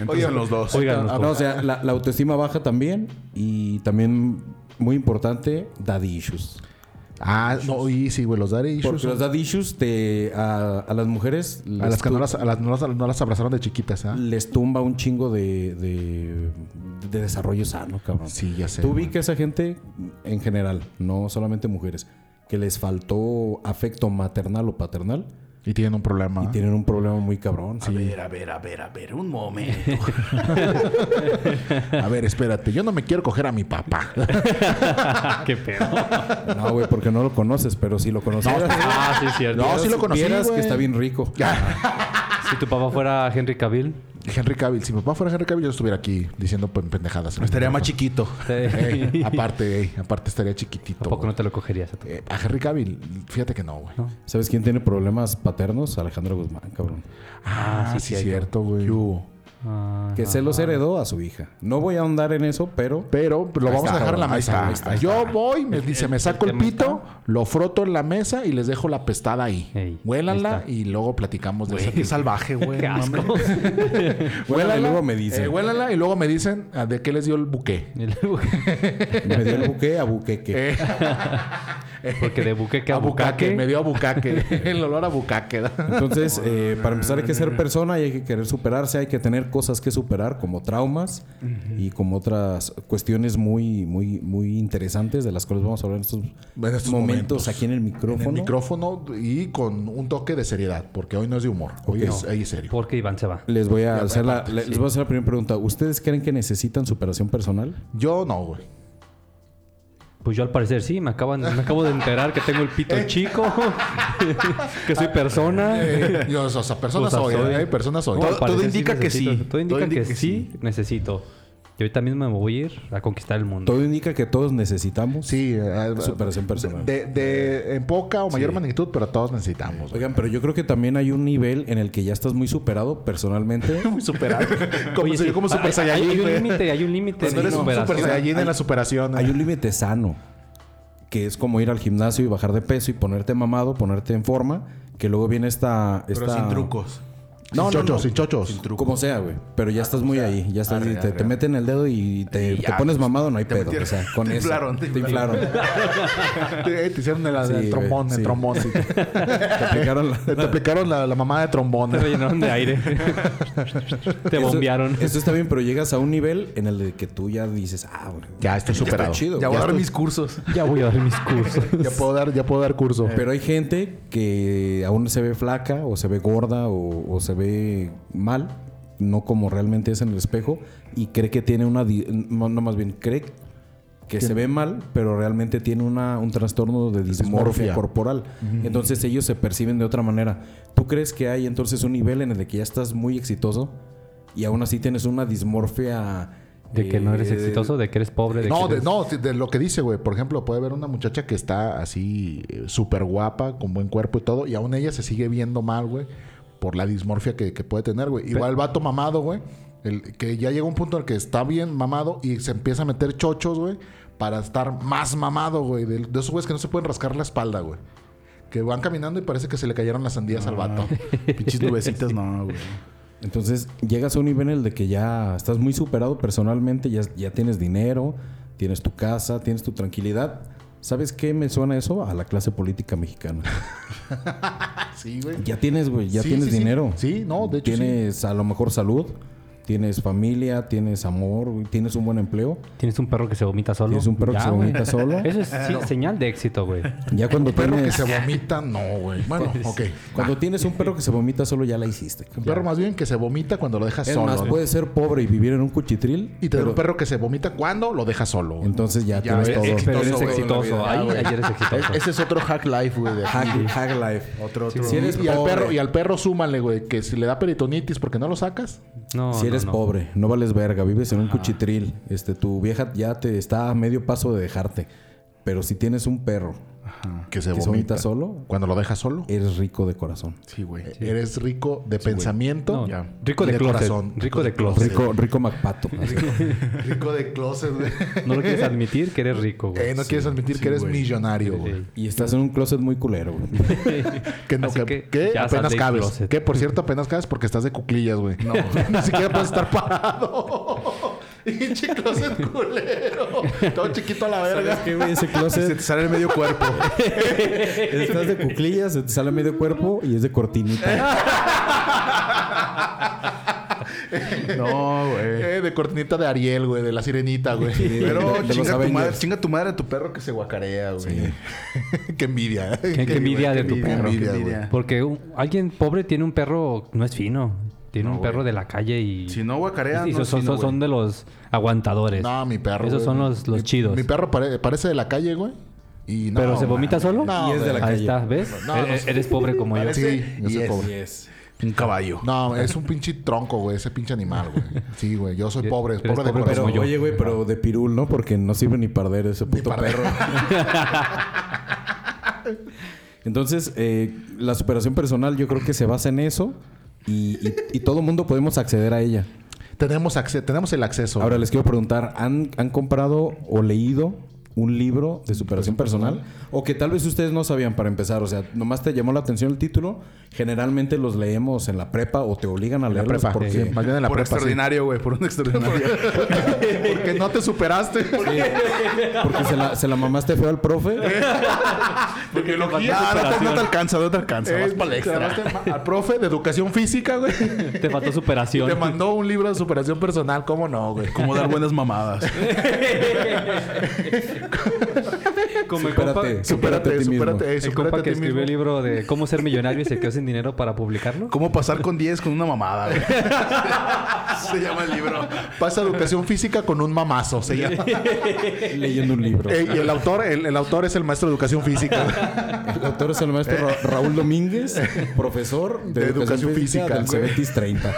Speaker 7: Empiezan los dos.
Speaker 5: Oigan,
Speaker 3: Ah, no, o sea, la, la autoestima baja también y también muy importante, daddy issues.
Speaker 4: Ah, no, y sí, güey, los daddy issues.
Speaker 3: Porque los daddy issues te, a, a las mujeres les,
Speaker 4: A las que no
Speaker 3: tu-
Speaker 4: las, a las- no las- no las abrazaron de chiquitas, ¿ah?
Speaker 3: les tumba un chingo de, de, de desarrollo sano, cabrón.
Speaker 4: Sí, ya sé.
Speaker 3: Tú
Speaker 4: güey.
Speaker 3: vi que esa gente en general, no solamente mujeres, que les faltó afecto maternal o paternal
Speaker 4: Y tienen un problema.
Speaker 3: y tienen un problema muy cabrón.
Speaker 6: A
Speaker 3: sí.
Speaker 6: ver, a ver, a ver, a ver, un momento.
Speaker 4: A ver, espérate, yo no me quiero coger a mi papá.
Speaker 5: ¿Qué pedo?
Speaker 3: No, güey, porque no lo conoces, pero si lo conocieras.
Speaker 5: Ah, sí, es cierto.
Speaker 4: No, sí lo conocí,
Speaker 3: Vieras
Speaker 4: güey.
Speaker 3: que está bien rico.
Speaker 5: Si tu papá fuera Henry Cavill,
Speaker 4: Henry Cavill, si mi papá fuera Henry Cavill, yo estuviera aquí diciendo pen- pendejadas.
Speaker 6: Estaría más chiquito.
Speaker 4: Eh,
Speaker 5: te-
Speaker 4: aparte, eh, aparte estaría
Speaker 5: ¿a
Speaker 4: chiquitito.
Speaker 5: poco
Speaker 4: güey.
Speaker 5: no te lo cogerías? a tu-
Speaker 4: Eh, a Henry Cavill, fíjate que no, güey.
Speaker 3: ¿Sabes quién tiene problemas paternos? Alejandro Guzmán, cabrón.
Speaker 4: Ah, sí, es cierto, güey.
Speaker 5: Ah,
Speaker 3: Que se los heredó a su hija. No voy a ahondar en eso, pero.
Speaker 4: Pero lo
Speaker 3: Ahí
Speaker 4: vamos
Speaker 3: está,
Speaker 4: a dejar en la
Speaker 3: ahí está,
Speaker 4: mesa.
Speaker 3: ahí está.
Speaker 4: Yo voy, me dice, me saco el
Speaker 5: tema
Speaker 4: pito, lo froto en la mesa y les dejo la pestada ahí.
Speaker 5: Ey, ahí
Speaker 4: Huélanla
Speaker 5: está.
Speaker 4: y luego platicamos de eso.
Speaker 7: Qué salvaje, güey.
Speaker 5: Qué asco.
Speaker 3: Bueno, y luego me dicen.
Speaker 4: huélanla eh, y luego me dicen ah, de qué les dio el buque.
Speaker 3: Me dio el buque a buqueque.
Speaker 5: Porque de buqueque a,
Speaker 4: a bucaque,
Speaker 5: bucaque.
Speaker 4: me dio a bucaque. el olor a bucaque.
Speaker 3: Entonces, eh, para empezar hay que ser persona y hay que querer superarse, hay que tener cosas que superar como traumas y como otras cuestiones muy, muy, muy interesantes de las cuales vamos a hablar en estos,
Speaker 4: En estos
Speaker 3: momentos,
Speaker 4: momentos.
Speaker 3: aquí en el
Speaker 4: En
Speaker 3: micrófono.
Speaker 4: el micrófono y con un toque de seriedad, porque hoy no es de humor, hoy es, hoy es serio.
Speaker 5: Porque Iván se va.
Speaker 3: Les voy a hacer la, les voy a hacer la primera pregunta. ¿Ustedes creen que necesitan superación personal?
Speaker 4: Yo no, güey.
Speaker 5: Pues yo al parecer sí, me, acaban, me acabo de enterar que tengo el pito chico, que soy persona.
Speaker 4: Yo, o sea, personas
Speaker 5: Pues,
Speaker 4: hoy,
Speaker 5: soy.
Speaker 4: ¿eh? personas hoy.
Speaker 5: No, al
Speaker 6: Todo- todo
Speaker 5: parecer
Speaker 6: indica que
Speaker 5: necesito.
Speaker 6: sí.
Speaker 5: Todo indica que sí necesito. Y ahorita mismo me voy a ir a conquistar el mundo.
Speaker 3: Todo indica que todos necesitamos.
Speaker 4: Sí, eh,
Speaker 3: Superación personal.
Speaker 4: De, de- en poca o mayor magnitud, pero todos necesitamos. güey.
Speaker 3: Oigan, pero yo creo que también hay un nivel en el que ya estás muy superado personalmente.
Speaker 4: Muy superado. Como,
Speaker 5: Oye,
Speaker 4: soy
Speaker 5: sí,
Speaker 4: yo como
Speaker 5: hay-
Speaker 4: Super
Speaker 5: hay- Hay
Speaker 4: Saiyajin,
Speaker 5: un
Speaker 4: güey.
Speaker 5: límite, hay un límite.
Speaker 4: Cuando
Speaker 5: de
Speaker 4: eres un
Speaker 5: superación.
Speaker 4: Super Saiyajin en la superación.
Speaker 3: Hay un límite sano, que es como ir al gimnasio y bajar de peso y ponerte mamado, ponerte en forma, que luego viene esta...
Speaker 7: Pero
Speaker 3: esta-
Speaker 7: sin trucos.
Speaker 4: sin chochos, sin chochos.
Speaker 3: Como sea, güey. Pero ya estás muy ahí. Ya estás...
Speaker 7: arre,
Speaker 3: y te,
Speaker 7: arre,
Speaker 3: te meten el dedo y te, te pones mamado, no hay pedo.
Speaker 7: metieron-
Speaker 3: O sea, con
Speaker 7: te
Speaker 3: eso.
Speaker 7: inflaron, te
Speaker 3: Te inflaron.
Speaker 4: te, eh, te hicieron el, el
Speaker 3: Sí,
Speaker 4: trombón,
Speaker 3: güey,
Speaker 4: el
Speaker 3: sí.
Speaker 4: trombón. sí.
Speaker 3: Te aplicaron la-
Speaker 4: te aplicaron la, la mamada de trombón.
Speaker 5: Te rellenaron de aire. Te
Speaker 3: Eso-
Speaker 5: bombearon.
Speaker 3: Esto está bien, pero llegas a un nivel en el de que tú ya dices, ah, güey.
Speaker 4: Ya estoy superado.
Speaker 3: está chido,
Speaker 4: ya,
Speaker 7: Ya voy a
Speaker 4: estoy-
Speaker 7: dar mis cursos.
Speaker 5: Ya voy a dar mis cursos.
Speaker 4: ya puedo dar, ya puedo dar curso.
Speaker 7: Eh,
Speaker 3: Pero hay gente que aún se ve flaca o se ve gorda o, o se ve mal, no como realmente es en el espejo, y cree que tiene una... di- No, no, más bien, cree que se ve mal, pero realmente tiene una, un trastorno de dismorfia,
Speaker 4: Dismorfia.
Speaker 3: corporal. Entonces ellos se perciben de otra manera. ¿Tú crees que hay entonces un nivel en el que ya estás muy exitoso y aún así tienes una dismorfia...
Speaker 5: De que no eres
Speaker 3: eh,
Speaker 5: exitoso, de que eres pobre, de
Speaker 4: no,
Speaker 5: que
Speaker 4: de, no, de- de lo que dice, güey. Por ejemplo, puede haber una muchacha que está así eh, súper guapa, con buen cuerpo y todo, y aún ella se sigue viendo mal, güey, por la dismorfia que, que puede tener, güey. Igual el vato mamado, güey, el- que ya llega un punto en el que está bien mamado y se empieza a meter chochos, güey, para estar más mamado, güey. De, de esos güeyes que no se pueden rascar la espalda, güey. Que van caminando y parece que se le cayeron las sandías al
Speaker 6: Ah,
Speaker 4: vato.
Speaker 7: Pinches nubecitas, no, güey.
Speaker 3: Entonces llegas a un nivel en el de que ya estás muy superado personalmente, ya, ya tienes dinero, tienes tu casa, tienes tu tranquilidad. ¿Sabes qué me suena eso? A la clase política mexicana.
Speaker 4: Sí, güey.
Speaker 3: Ya tienes, güey, ya
Speaker 4: Sí,
Speaker 3: tienes
Speaker 4: sí, sí.
Speaker 3: dinero.
Speaker 4: Sí, no, de hecho, sí.
Speaker 3: Tienes a lo mejor salud, tienes familia, tienes amor, güey, tienes un buen empleo.
Speaker 5: Tienes un perro que se vomita solo.
Speaker 3: Tienes un perro que se
Speaker 5: güey.
Speaker 3: vomita solo. Ah,
Speaker 5: Eso es sí- señal de éxito, güey.
Speaker 3: Ya cuando
Speaker 4: Perro que
Speaker 3: tienes, Pues,
Speaker 4: se vomita, no, güey. Bueno, ok.
Speaker 3: cuando tienes un perro que se vomita solo, ya la hiciste.
Speaker 4: Un perro más bien que se vomita cuando lo dejas
Speaker 3: Es
Speaker 4: solo.
Speaker 3: más,
Speaker 4: ¿no?
Speaker 5: pues,
Speaker 3: puedes ser pobre y vivir en un cuchitril.
Speaker 4: Y tener un perro que se vomita cuando lo dejas solo.
Speaker 3: Entonces ya,
Speaker 4: Ya
Speaker 3: tienes
Speaker 4: eres
Speaker 3: todo.
Speaker 5: Pero eres
Speaker 7: güey, en la
Speaker 5: exitoso.
Speaker 7: vida,
Speaker 5: Ahí,
Speaker 7: güey.
Speaker 5: ahí eres
Speaker 4: Ah,
Speaker 5: exitoso.
Speaker 6: Ese es otro hack life, güey. de aquí.
Speaker 3: Hack, hack life.
Speaker 7: Otro, otro.
Speaker 3: Si eres
Speaker 4: y, al
Speaker 3: pobre,
Speaker 4: perro, y al perro súmale, güey, que si le da peritonitis porque no lo sacas,
Speaker 5: No,
Speaker 3: si
Speaker 5: no,
Speaker 3: eres
Speaker 5: no.
Speaker 3: pobre, no vales verga, vives en un cuchitril. Este, tu vieja ya te está a medio paso de dejarte. Pero si tienes un perro,
Speaker 4: Que
Speaker 3: ¿Que se
Speaker 4: se vomita
Speaker 3: vomita solo?
Speaker 4: Cuando lo dejas solo.
Speaker 5: Eh,
Speaker 3: eres rico de corazón.
Speaker 4: Sí, güey. Eres rico de pensamiento.
Speaker 5: No,
Speaker 4: Ya.
Speaker 5: rico
Speaker 4: Y
Speaker 5: de closet, rico de closet.
Speaker 3: Rico, rico MacPato.
Speaker 4: rico de closet, güey.
Speaker 5: No lo quieres admitir que eres rico, güey.
Speaker 4: Eh, no quieres admitir que eres millonario, güey.
Speaker 5: Sí.
Speaker 3: Y estás en un closet muy culero, güey.
Speaker 4: Que no,
Speaker 5: Así
Speaker 4: que,
Speaker 5: que
Speaker 4: que
Speaker 5: ya sal
Speaker 4: apenas
Speaker 5: del
Speaker 4: cabes.
Speaker 5: closet.
Speaker 4: Que por cierto, apenas cabes porque estás de cuclillas, güey. No, ni siquiera puedes estar parado. Y closet culero. Todo chiquito a la verga.
Speaker 3: ¿Qué, güey? Ese
Speaker 7: Se
Speaker 3: closet,
Speaker 7: te sale el medio cuerpo.
Speaker 3: estás de cuclillas, se te sale medio cuerpo y es de cortinita.
Speaker 7: No, güey.
Speaker 4: Eh, de cortinita de Ariel, güey, de la sirenita, güey.
Speaker 3: Te
Speaker 7: Pero
Speaker 3: los
Speaker 7: chinga tu,
Speaker 3: Avengers.
Speaker 7: madre, chinga tu madre a tu perro que se guacarea, güey.
Speaker 4: qué envidia.
Speaker 5: Qué, qué envidia de tu
Speaker 7: envidia,
Speaker 5: perro.
Speaker 7: qué
Speaker 4: envidia, güey.
Speaker 7: envidia.
Speaker 5: Porque un- alguien pobre tiene un perro, no es fino. Tiene un perro de la calle y.
Speaker 7: Si no guacarea, no
Speaker 5: y son,
Speaker 7: es
Speaker 5: son-
Speaker 7: fino,
Speaker 5: son
Speaker 7: güey.
Speaker 5: de los aguantadores.
Speaker 4: No, mi perro.
Speaker 5: Esos
Speaker 4: güey.
Speaker 5: son los, los
Speaker 4: Mi-
Speaker 5: chidos.
Speaker 4: Mi perro pare- parece de la calle, güey. Y no,
Speaker 5: ¿Pero se vomita
Speaker 4: mames.
Speaker 5: solo?
Speaker 4: No,
Speaker 3: Y es de
Speaker 4: güey.
Speaker 3: la
Speaker 5: Ahí
Speaker 3: calle.
Speaker 5: está, ¿ves?
Speaker 4: No,
Speaker 5: E-
Speaker 4: no
Speaker 5: e-
Speaker 4: sé.
Speaker 5: eres pobre como yo.
Speaker 7: Parece-
Speaker 4: Sí, yo soy
Speaker 7: Yes.
Speaker 4: pobre.
Speaker 3: Yes.
Speaker 7: Un caballo.
Speaker 4: No, es un pinche tronco, güey. Ese pinche animal, güey. Sí, güey. Yo soy
Speaker 5: Eres
Speaker 4: pobre. Pobre, de
Speaker 5: pobre,
Speaker 4: corazón.
Speaker 3: Pero,
Speaker 5: como yo.
Speaker 3: oye, güey, pero de pirul, ¿no? Porque no sirve ni perder ese puto perro. Entonces, eh, la superación personal yo creo que se basa en eso y, y- y todo mundo podemos acceder a ella.
Speaker 4: Tenemos, acce- tenemos el acceso.
Speaker 3: Ahora les quiero preguntar, ¿han, han comprado o leído un libro de superación personal? O que tal vez ustedes no sabían para empezar. O sea, nomás te llamó la atención el título. Generalmente los leemos en la prepa o te obligan a
Speaker 4: la
Speaker 3: leerlos
Speaker 4: prepa.
Speaker 3: porque...
Speaker 4: Sí, más bien en la
Speaker 7: por
Speaker 4: prepa. sí.
Speaker 7: extraordinario, güey. Por un extraordinario.
Speaker 4: Porque no te superaste.
Speaker 3: Porque se la, se la mamaste feo al profe.
Speaker 7: Porque lo no, te- no te alcanza, no te alcanza.
Speaker 4: Eh,
Speaker 7: Vas para
Speaker 4: te llamaste ma- al profe de educación física, güey.
Speaker 5: Te faltó superación.
Speaker 4: Te mandó un libro de superación personal. ¿Cómo no, güey?
Speaker 7: Cómo dar buenas mamadas.
Speaker 5: como el compa,
Speaker 3: Supérate, supérate a
Speaker 4: Supérate,
Speaker 3: ti mismo.
Speaker 4: supérate. eh,
Speaker 5: el
Speaker 4: supérate
Speaker 5: compa
Speaker 4: a
Speaker 5: que
Speaker 4: ti
Speaker 5: escribió
Speaker 4: mismo.
Speaker 5: el libro de cómo ser millonario y se quedó sin dinero para publicarlo.
Speaker 7: Cómo pasar con 10 con una mamada, güey. Se llama el libro.
Speaker 4: Pasa educación física con un mamazo. Se llama.
Speaker 3: Leyendo un libro.
Speaker 4: Eh, y el autor, el, el autor es el maestro de educación física.
Speaker 3: El autor es el maestro Ra- Raúl Domínguez, profesor de,
Speaker 4: De
Speaker 3: educación,
Speaker 4: educación
Speaker 3: física,
Speaker 4: física,
Speaker 3: del
Speaker 4: güey.
Speaker 3: Cebetis 30.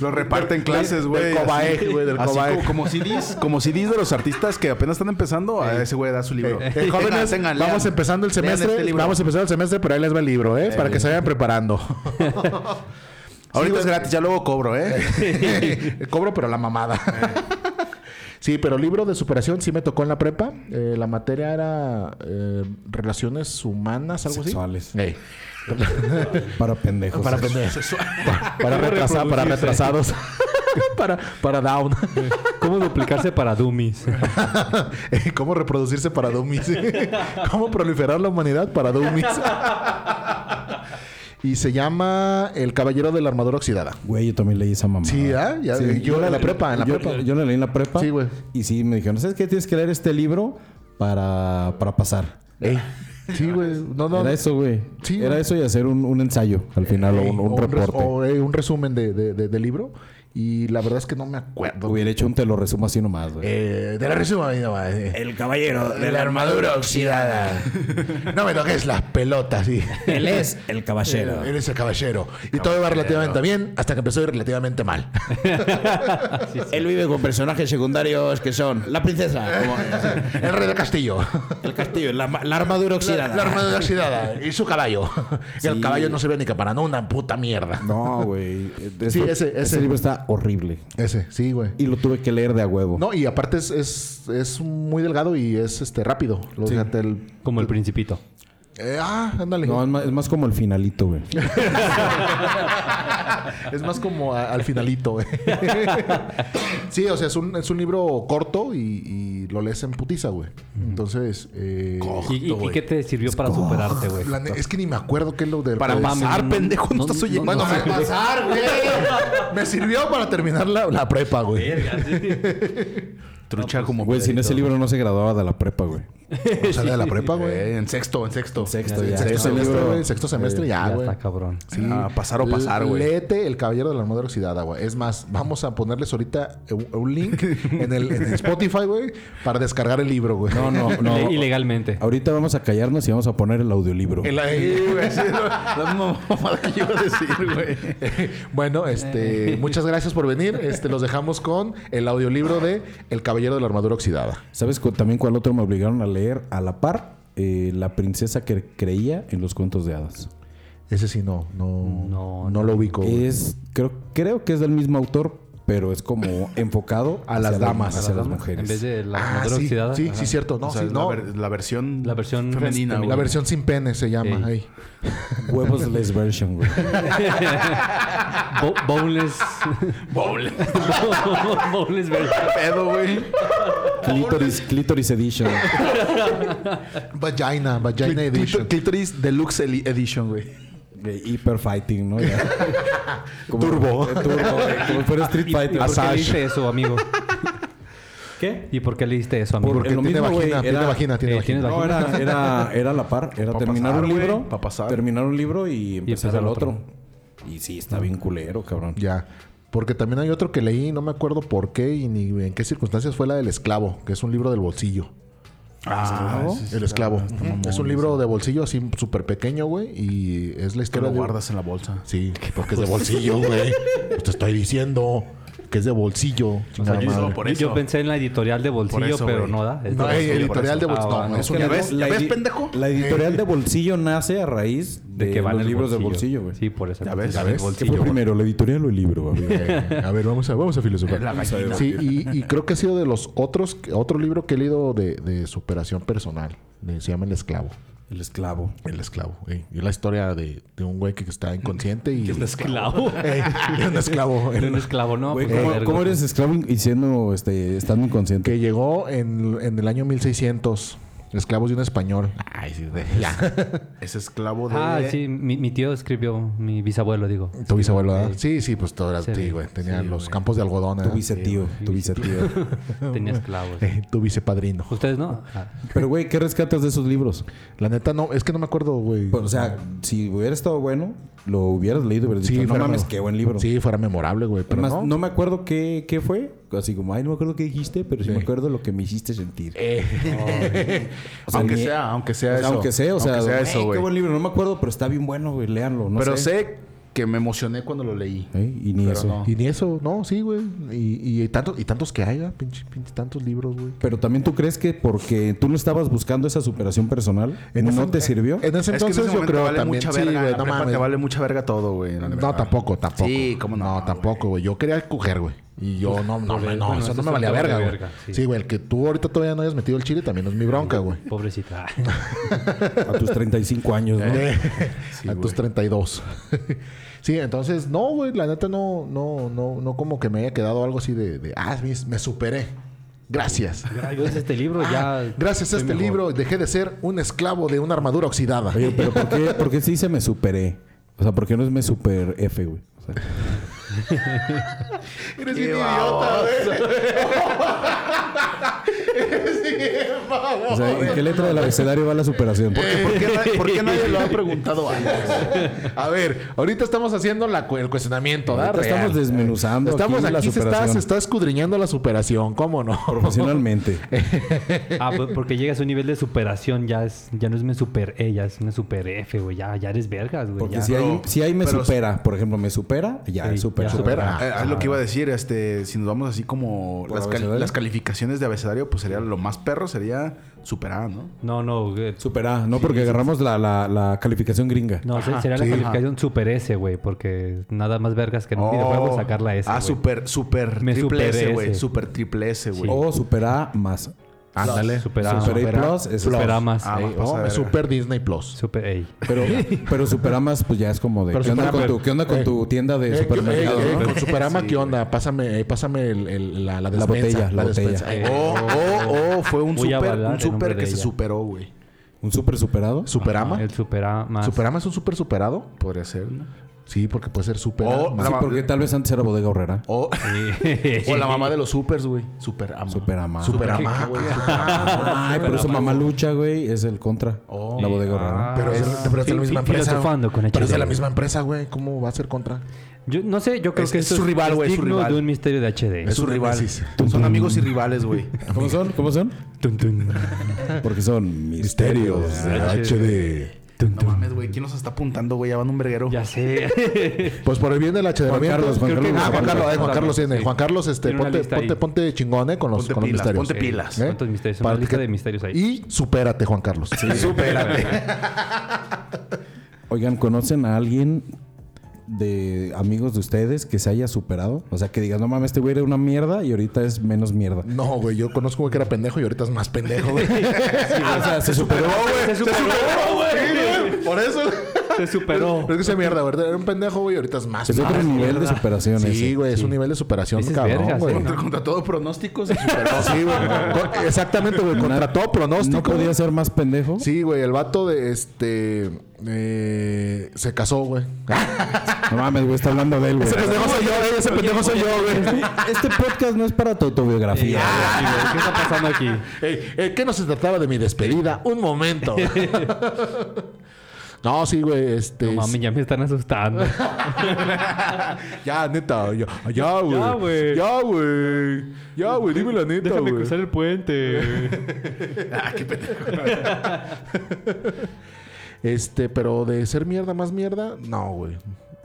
Speaker 7: Lo reparten clases, güey.
Speaker 4: del
Speaker 7: así-
Speaker 4: Cobaeg, güey, del
Speaker 7: así
Speaker 4: Cobaeg.
Speaker 7: Como, como CDs, como CDs de los artistas que apenas están empezando, a ese güey da su libro.
Speaker 4: Eh, jóvenes,
Speaker 7: Tengan, tengan,
Speaker 4: vamos
Speaker 7: lean.
Speaker 4: empezando el
Speaker 7: Lean
Speaker 4: semestre.
Speaker 7: este libro.
Speaker 4: vamos em- empezando el semestre, pero ahí les va el libro, ¿eh? para que se vayan preparando.
Speaker 7: Ahorita es gratis, ya luego cobro, ¿eh?
Speaker 4: Cobro, pero la mamada. sí, pero libro de superación sí me tocó en la prepa. Eh, la materia era eh, relaciones humanas, algo
Speaker 3: Sexuales.
Speaker 4: así. Ey.
Speaker 3: Para pendejos.
Speaker 4: Para pendejos. Pa- para, retrasa- para retrasados. para, para down.
Speaker 5: ¿Cómo duplicarse para dummies?
Speaker 4: Eh, ¿Cómo reproducirse para dummies? ¿Cómo proliferar la humanidad para dummies? y se llama El Caballero de la Armadura Oxidada.
Speaker 3: Güey, yo también leí esa mamá.
Speaker 4: Sí, ¿ah? Ya- yo era en la prepa, en la
Speaker 3: yo,
Speaker 4: prepa.
Speaker 3: Yo la leí en la prepa.
Speaker 4: Sí, güey.
Speaker 3: Y sí, me dijeron, ¿sabes qué? Tienes que leer este libro para, para pasar.
Speaker 4: Ey. Eh, Sí, güey. No, no.
Speaker 3: Eh. Era eso, güey.
Speaker 4: Sí,
Speaker 3: Era
Speaker 4: güey.
Speaker 3: eso y hacer un, un ensayo al final
Speaker 4: Ey,
Speaker 3: o un, un
Speaker 4: o res-
Speaker 3: reporte.
Speaker 4: o, ey, un resumen de, de- de- del libro. Y la verdad es que no me acuerdo.
Speaker 3: Hubiera hecho un te lo resumo así nomás, güey.
Speaker 4: Eh, de la resumen, no, eh.
Speaker 3: El caballero
Speaker 4: De la armadura oxidada. No me toques las pelotas, sí.
Speaker 3: Él es el caballero.
Speaker 4: Eres el caballero. Y todo iba relativamente bien hasta que empezó a ir relativamente mal.
Speaker 3: Él vive con personajes secundarios que son la princesa,
Speaker 4: El rey del castillo.
Speaker 3: el castillo, la, armadura
Speaker 4: La, la armadura oxidada. Y su caballo. Y El caballo no se ve ni que para no una puta mierda.
Speaker 3: No, güey.
Speaker 4: Sí,
Speaker 3: Eso-
Speaker 4: ese- ese-
Speaker 3: libro está horrible.
Speaker 4: Ese, sí, güey.
Speaker 3: Y lo tuve que leer de a huevo.
Speaker 4: No, y aparte es, es, es muy delgado y es este rápido. Lo fíjate, el-
Speaker 5: Como el principito.
Speaker 4: eh, ah, ándale.
Speaker 3: No, es, más, es más como el finalito, güey.
Speaker 4: Es más como a- al finalito, güey. sí, o sea, es un, es un libro corto y, y lo lees en putiza, güey. Entonces, eh,
Speaker 5: ¿Y, y- y qué te sirvió para superarte, güey?
Speaker 4: la ne- es que ni me acuerdo qué es lo del...
Speaker 7: Para
Speaker 4: pues,
Speaker 5: mames,
Speaker 7: pasar,
Speaker 5: no,
Speaker 7: pendejo, no,
Speaker 5: no,
Speaker 7: estás
Speaker 5: no,
Speaker 7: oyendo.
Speaker 4: Bueno, para pasar, güey. Me sirvió para terminar la, la prepa, güey.
Speaker 7: trucha como
Speaker 3: Güey, sin ese libro no se graduaba de la prepa, güey.
Speaker 4: Cuando salí de la prepa, güey.
Speaker 6: Eh, en sexto, en sexto.
Speaker 3: Sexto,
Speaker 4: Sexto,
Speaker 3: ya.
Speaker 4: sexto
Speaker 3: Sexto
Speaker 4: semestre,
Speaker 3: libro.
Speaker 4: güey. Sexto semestre, ya, güey.
Speaker 5: está cabrón.
Speaker 4: Sí.
Speaker 7: Ah, pasar o pasar, güey.
Speaker 4: Léete El Caballero de la Armadura Oxidada, güey. Es más, vamos a ponerles ahorita un un link en el, en el Spotify, güey, para descargar el libro, güey.
Speaker 3: No, no, no.
Speaker 5: Ile- Ilegalmente.
Speaker 3: Ahorita vamos a callarnos y vamos a poner el audiolibro.
Speaker 6: El ahí, güey. así, lo- La misma mamada que yo iba a decir, güey.
Speaker 4: Bueno, este, muchas gracias por venir. Este, los dejamos con el audiolibro de El Caballero de la Armadura Oxidada.
Speaker 3: ¿Sabes cu- también cuál otro me obligaron a leer a la par? Eh, la princesa que creía en los cuentos de hadas.
Speaker 4: Ese sí no, no, no,
Speaker 5: No,
Speaker 4: lo ubico. güey.
Speaker 3: Es, creo, creo que es del mismo autor, pero es como enfocado
Speaker 4: A las
Speaker 3: hacia
Speaker 4: damas.
Speaker 3: hacia las
Speaker 4: A las damas.
Speaker 3: mujeres.
Speaker 5: En vez de la
Speaker 4: Ah,
Speaker 5: armadura
Speaker 4: sí,
Speaker 5: oxidada.
Speaker 4: sí,
Speaker 5: ajá.
Speaker 4: sí, cierto. No,
Speaker 6: O sea,
Speaker 4: sí,
Speaker 6: la,
Speaker 4: no.
Speaker 6: ver- la versión.
Speaker 5: La versión
Speaker 6: femenina, güey.
Speaker 4: La versión sin pene se llama. ahí.
Speaker 3: Huevos les version, güey.
Speaker 5: Bo- boneless. boneless. boneless version.
Speaker 6: pedo, güey.
Speaker 3: Clitoris, clitoris edition.
Speaker 4: Vagina, Vagina
Speaker 6: Clit-
Speaker 4: Edition.
Speaker 6: clitor- Clitoris Deluxe Eli- Edition, güey.
Speaker 3: Eh, Hyper fighting, ¿no? Ya. Como-
Speaker 4: Turbo.
Speaker 3: Eh, turbo, güey. Como fuera Street Fighter.
Speaker 5: ¿Y por qué le diste eso, amigo? ¿Qué? ¿Y por qué le diste eso, amigo?
Speaker 3: Por-
Speaker 4: Porque
Speaker 3: lo
Speaker 4: tiene
Speaker 3: mismo, güey,
Speaker 4: vagina, tiene
Speaker 3: era-
Speaker 4: vagina, tiene
Speaker 5: eh,
Speaker 4: vagina.
Speaker 5: tiene
Speaker 3: No, era, era, era la par. Era
Speaker 7: Pa'
Speaker 3: terminar
Speaker 7: pasar,
Speaker 3: un
Speaker 7: güey,
Speaker 3: libro.
Speaker 7: pa' pasar.
Speaker 3: Terminar un libro y empezar,
Speaker 5: empezar
Speaker 3: el
Speaker 5: otro.
Speaker 3: otro. Y sí, está bien culero, cabrón.
Speaker 4: Ya. Porque también hay otro que leí, no me acuerdo por qué y ni en qué circunstancias fue la del esclavo, que es un libro del bolsillo.
Speaker 7: Ah, sí, sí,
Speaker 4: El
Speaker 7: está-
Speaker 4: esclavo.
Speaker 7: está
Speaker 4: Ujú.
Speaker 7: mamón,
Speaker 4: es un libro de bolsillo así súper pequeño, güey. Y es la
Speaker 7: Que
Speaker 4: historia
Speaker 7: lo
Speaker 4: de-
Speaker 7: guardas en la bolsa.
Speaker 4: Sí, porque es de bolsillo, güey. Pues te estoy diciendo que es de bolsillo. chingada
Speaker 7: yo hice
Speaker 4: madre.
Speaker 7: lo por
Speaker 5: Yo-
Speaker 7: eso.
Speaker 5: Yo pensé en la editorial de bolsillo,
Speaker 7: eso,
Speaker 5: pero
Speaker 7: güey.
Speaker 5: no da. Es
Speaker 4: No, eh,
Speaker 5: de
Speaker 4: ey,
Speaker 5: bolsillo.
Speaker 4: editorial de
Speaker 5: por eso.
Speaker 4: bolsillo.
Speaker 5: Ah,
Speaker 4: no,
Speaker 5: va.
Speaker 4: es un
Speaker 6: ¿Ya
Speaker 4: libro-
Speaker 6: ves? ¿Ya
Speaker 3: La
Speaker 6: ves,
Speaker 3: edi-
Speaker 6: pendejo?
Speaker 3: La editorial de bolsillo nace a raíz de,
Speaker 5: De que van
Speaker 3: los
Speaker 5: el
Speaker 3: libros de bolsillo,
Speaker 5: bolsillo.
Speaker 3: güey.
Speaker 5: Sí, por eso.
Speaker 7: Ya
Speaker 5: entonces,
Speaker 7: ves, ya
Speaker 5: el
Speaker 7: ves. ¿Qué
Speaker 3: ¿Qué
Speaker 5: bolsillo,
Speaker 3: fue
Speaker 5: güey.
Speaker 3: primero, la editorial o el libro? güey?
Speaker 4: Eh, a ver, vamos a, vamos a filosofar.
Speaker 6: La gallina.
Speaker 4: Sí, y, y creo que ha sido de los otros, otro libro que he leído de, de superación personal. de- Se llama El Esclavo.
Speaker 3: El esclavo.
Speaker 4: El esclavo. eh. güey. Y la historia de, de un güey que está inconsciente y.
Speaker 5: Esclavo.
Speaker 4: Ey, era un esclavo. era
Speaker 5: Era un
Speaker 4: un-
Speaker 5: esclavo, ¿no?
Speaker 3: Güey,
Speaker 5: pues,
Speaker 3: ¿cómo,
Speaker 5: verga,
Speaker 3: cómo
Speaker 5: pues.
Speaker 3: eres esclavo y siendo, este, estando inconsciente?
Speaker 4: que llegó en, en el año 1600. Esclavos de un español. Ay, sí, de.
Speaker 6: Es esclavo de.
Speaker 5: Ah, sí, mi, mi tío escribió, mi bisabuelo, digo.
Speaker 4: Tu bisabuelo, ¿verdad? Sí, sí, pues todo era
Speaker 5: Sí,
Speaker 4: sí, güey. Tenía los campos de algodón. ¿verdad?
Speaker 3: Tu vicetío, tu vicetío.
Speaker 5: Tenía esclavos.
Speaker 4: Eh, tu vicepadrino.
Speaker 5: ¿Ustedes no? Ah,
Speaker 3: Pero, güey, ¿qué rescatas de esos libros?
Speaker 4: La neta, no, es que no me acuerdo, güey.
Speaker 3: Pues, o sea, si hubiera estado bueno, lo hubieras leído y hubieras dicho, no
Speaker 4: fuera
Speaker 3: mames,
Speaker 4: memo-
Speaker 3: qué buen libro.
Speaker 4: Sí, fuera memorable, güey. Pero
Speaker 3: Además,
Speaker 4: no.
Speaker 3: no. me acuerdo qué, qué fue. Así como, ay, no me acuerdo qué dijiste, pero sí, Eh. me acuerdo lo que me hiciste sentir. O sea,
Speaker 6: pues, aunque
Speaker 3: ni-
Speaker 6: sea, aunque
Speaker 3: o
Speaker 6: sea
Speaker 3: sea,
Speaker 6: eso.
Speaker 3: Pues, aunque sea, o sea,
Speaker 6: Aunque sea
Speaker 3: "Ey,
Speaker 6: eso,
Speaker 3: qué
Speaker 6: güey.
Speaker 3: buen libro. No me acuerdo, pero está bien bueno, güey, léanlo. No
Speaker 6: Pero sé que me emocioné cuando lo leí.
Speaker 3: Ey, Y ni
Speaker 6: pero
Speaker 3: eso.
Speaker 6: no.
Speaker 4: Y ni eso, no, sí, güey. Y, y, tantos, y tantos que haya, pinche, pinche tantos libros, güey.
Speaker 3: Pero también tú crees que porque tú no estabas buscando esa superación personal, no te sirvió.
Speaker 4: En ese
Speaker 6: Es que en ese
Speaker 4: entonces yo
Speaker 6: momento
Speaker 4: creo
Speaker 6: vale
Speaker 4: también.
Speaker 6: mucha
Speaker 4: sí,
Speaker 6: verga.
Speaker 4: güey,
Speaker 6: la
Speaker 4: no
Speaker 6: prepa
Speaker 4: mames.
Speaker 6: te vale mucha verga todo, güey. la
Speaker 4: No,
Speaker 6: verdad.
Speaker 4: tampoco, tampoco.
Speaker 6: Sí, cómo no, Pues,
Speaker 4: No, tampoco, güey. Yo quería coger, güey. Y yo, no, no, no, no,
Speaker 5: bueno,
Speaker 4: eso
Speaker 5: eso
Speaker 4: no me
Speaker 5: es un
Speaker 4: valía
Speaker 5: tema de
Speaker 4: verga, güey.
Speaker 5: verga, sí.
Speaker 4: Sí, güey, el que tú ahorita todavía no hayas metido el chile también es mi bronca, güey.
Speaker 5: pobrecita.
Speaker 3: A tus 35 años, ¿no?
Speaker 6: Eh.
Speaker 4: Eh, a tus 32. sí, entonces, no, güey, la neta no, no, no, no como que me haya quedado algo así de, de, ah, me, me superé. Gracias.
Speaker 5: Gracias a este libro
Speaker 4: Ah,
Speaker 5: ya...
Speaker 4: gracias a este libro dejé de ser un esclavo de una armadura oxidada.
Speaker 3: Oye, pero ¿por qué, por qué se dice me superé? O sea, ¿por qué no es me super F, güey? O sea,
Speaker 6: Eres bien idiota, güey.
Speaker 3: o sea, ¿en qué letra del abecedario va la superación?
Speaker 4: Eh,
Speaker 6: ¿Por qué, na- por qué nadie lo ha preguntado antes?
Speaker 4: A ver, ahorita estamos haciendo la cu- el cuestionamiento, ¿verdad?
Speaker 3: Ahorita
Speaker 4: Real.
Speaker 3: estamos desmenuzando
Speaker 4: Estamos
Speaker 3: aquí
Speaker 4: aquí,
Speaker 3: la
Speaker 4: se, está,
Speaker 3: superación.
Speaker 4: se está escudriñando la superación, ¿cómo no?
Speaker 3: Profesionalmente.
Speaker 4: Eh,
Speaker 5: Ah, pues, porque llegas a un nivel de superación, ya es, ya no es me super E, ya es me super F, güey. Ya, ya eres vergas, güey.
Speaker 3: Porque
Speaker 5: ya.
Speaker 3: si hay,
Speaker 6: Pero-
Speaker 3: si hay me
Speaker 6: pero-
Speaker 3: supera, por ejemplo, me supera, ya
Speaker 5: Sí,
Speaker 3: es supera.
Speaker 5: ya
Speaker 4: supera.
Speaker 6: Ah, es lo que iba a decir, este, si nos vamos así como
Speaker 3: ¿Por
Speaker 6: las, cali-
Speaker 3: abecedario?
Speaker 6: las calificaciones de abecedario, pues sería lo más perro, sería superada, ¿no?
Speaker 5: No, no, eh, güey.
Speaker 3: Supera, no porque agarramos la, la, la calificación gringa.
Speaker 5: No, se- sería la calificación super S, güey. Porque nada más vergas que en un videojuego sacar la S,
Speaker 6: Ah,
Speaker 5: güey.
Speaker 6: super, super
Speaker 5: Me
Speaker 6: triple S,
Speaker 5: superé
Speaker 6: güey.
Speaker 5: ese.
Speaker 6: Super triple S, güey.
Speaker 3: O supera más.
Speaker 4: Ándale.
Speaker 5: Supera,
Speaker 3: Supera y
Speaker 5: supera,
Speaker 3: plus es
Speaker 5: supera más.
Speaker 6: Ah,
Speaker 5: Ey,
Speaker 6: más
Speaker 4: Oh,
Speaker 6: pasada de verga.
Speaker 4: super Disney Plus.
Speaker 5: Super E.
Speaker 3: Pero, pero Superamas, pues ya es como de.
Speaker 4: Pero
Speaker 3: ¿Qué onda,
Speaker 4: Superama-
Speaker 3: con tu, qué onda con tu tienda de
Speaker 4: Eh,
Speaker 3: supermercado?
Speaker 4: eh, eh,
Speaker 3: no?
Speaker 4: Con Superama, ¿qué onda? Pásame, eh, pásame el- el- la, la despensa.
Speaker 3: botella, la botella.
Speaker 4: despensa. Eh,
Speaker 6: O, o, o Oh, fue un
Speaker 5: Voy a
Speaker 6: super,
Speaker 5: avalar
Speaker 6: un
Speaker 5: el
Speaker 6: super
Speaker 5: nombre
Speaker 6: que
Speaker 5: de
Speaker 6: se
Speaker 5: ella.
Speaker 6: superó, güey.
Speaker 4: eh.
Speaker 3: ¿Un super superado?
Speaker 4: ¿Superama?
Speaker 5: El supera más.
Speaker 4: ¿Superama es un super superado?
Speaker 6: Podría ser, ¿no?
Speaker 4: Sí, porque puede ser súper.
Speaker 7: O
Speaker 4: arma.
Speaker 3: Sí,
Speaker 7: la-
Speaker 3: porque tal vez antes era bodega horrera.
Speaker 7: O,
Speaker 4: Oh,
Speaker 6: O la mamá de los supers, güey. Super ama.
Speaker 3: Superama.
Speaker 6: Super ama, güey.
Speaker 3: Ay, pero esa mamalucha, güey, es el contra.
Speaker 4: Oh,
Speaker 3: la
Speaker 4: ah.
Speaker 3: bodega horrera.
Speaker 4: Pero es, pero es de la misma empresa.
Speaker 5: Ah, filosofando con
Speaker 4: pero es de la
Speaker 5: HDR.
Speaker 4: misma empresa, güey. ¿Cómo va a ser contra?
Speaker 5: Yo no sé, yo creo
Speaker 6: Es-
Speaker 5: que
Speaker 6: es
Speaker 5: esto
Speaker 6: su rival, güey, es su
Speaker 5: digno
Speaker 6: rival.
Speaker 5: de un misterio de HD.
Speaker 6: Es su rival.
Speaker 4: némesis.
Speaker 6: Son amigos y rivales, güey.
Speaker 3: ¿Cómo son? ¿Cómo son?
Speaker 5: Tun, tun.
Speaker 3: Porque son misterios.
Speaker 4: Misterios de HD.
Speaker 6: No mames, güey. ¿Quién nos está apuntando, güey? Ya van un verguero.
Speaker 5: Ya sé.
Speaker 4: Pues por el bien del achedramiento.
Speaker 3: Carlos, Juan
Speaker 4: creo que-
Speaker 3: Carlos.
Speaker 4: Ah, Juan Carlos, eh, Juan Carlos, tiene.
Speaker 5: Sí.
Speaker 4: Juan Carlos, este,
Speaker 5: Tiene una
Speaker 4: ponte,
Speaker 5: lista ahí.
Speaker 4: ponte, ponte chingón, eh, con los,
Speaker 6: Ponte
Speaker 4: con los
Speaker 6: pilas,
Speaker 4: misterios.
Speaker 6: ponte pilas.
Speaker 4: ¿Eh?
Speaker 5: ¿Cuántos misterios? Una
Speaker 4: Para
Speaker 5: lista
Speaker 4: que-
Speaker 5: de misterios ahí.
Speaker 4: Y supérate, Juan Carlos.
Speaker 6: Supérate.
Speaker 3: Oigan, ¿conocen a alguien de amigos de ustedes que se haya superado? O sea, que digan, no mames, este güey era una mierda y ahorita es menos mierda.
Speaker 4: No, güey, yo conozco un güey que era pendejo y ahorita es más pendejo, güey.
Speaker 3: o sea, se superó.
Speaker 5: Se superó,
Speaker 4: Por eso.
Speaker 5: se superó.
Speaker 4: Pero es que esa mierda, ¿verdad? Era un pendejo, güey, y ahorita es más
Speaker 3: Es otro
Speaker 4: pendejo.
Speaker 3: nivel de superación
Speaker 4: Ah, Sí,
Speaker 3: ese.
Speaker 4: güey, es un nivel de superación,
Speaker 5: Ese es
Speaker 4: cabrón,
Speaker 5: vergas,
Speaker 4: güey.
Speaker 5: ¿no?
Speaker 6: Contra, contra todo pronóstico se superó.
Speaker 4: Pero sí, güey. Con- Exactamente, güey. Contra todo pronóstico.
Speaker 3: ¿No podía ser más pendejo?
Speaker 4: Sí, güey. El vato de este. eh, se casó, güey.
Speaker 3: No mames, güey, está hablando de él, güey.
Speaker 4: Ese pendejo soy yo, güey. Ese pendejo soy yo, güey.
Speaker 3: Este podcast no es para tu autobiografía.
Speaker 5: ¿Qué está pasando aquí?
Speaker 4: Ey, eh, ¿Qué no se trataba de mi despedida? Un momento. No, sí, güey, este...
Speaker 5: No mames, ya me están asustando.
Speaker 4: ya, neta, ya, ya, güey.
Speaker 5: Ya, güey.
Speaker 4: Ya, güey. Ya, güey, dime la neta, güey.
Speaker 5: el puente.
Speaker 4: Este, pero de ser mierda más mierda, no, güey.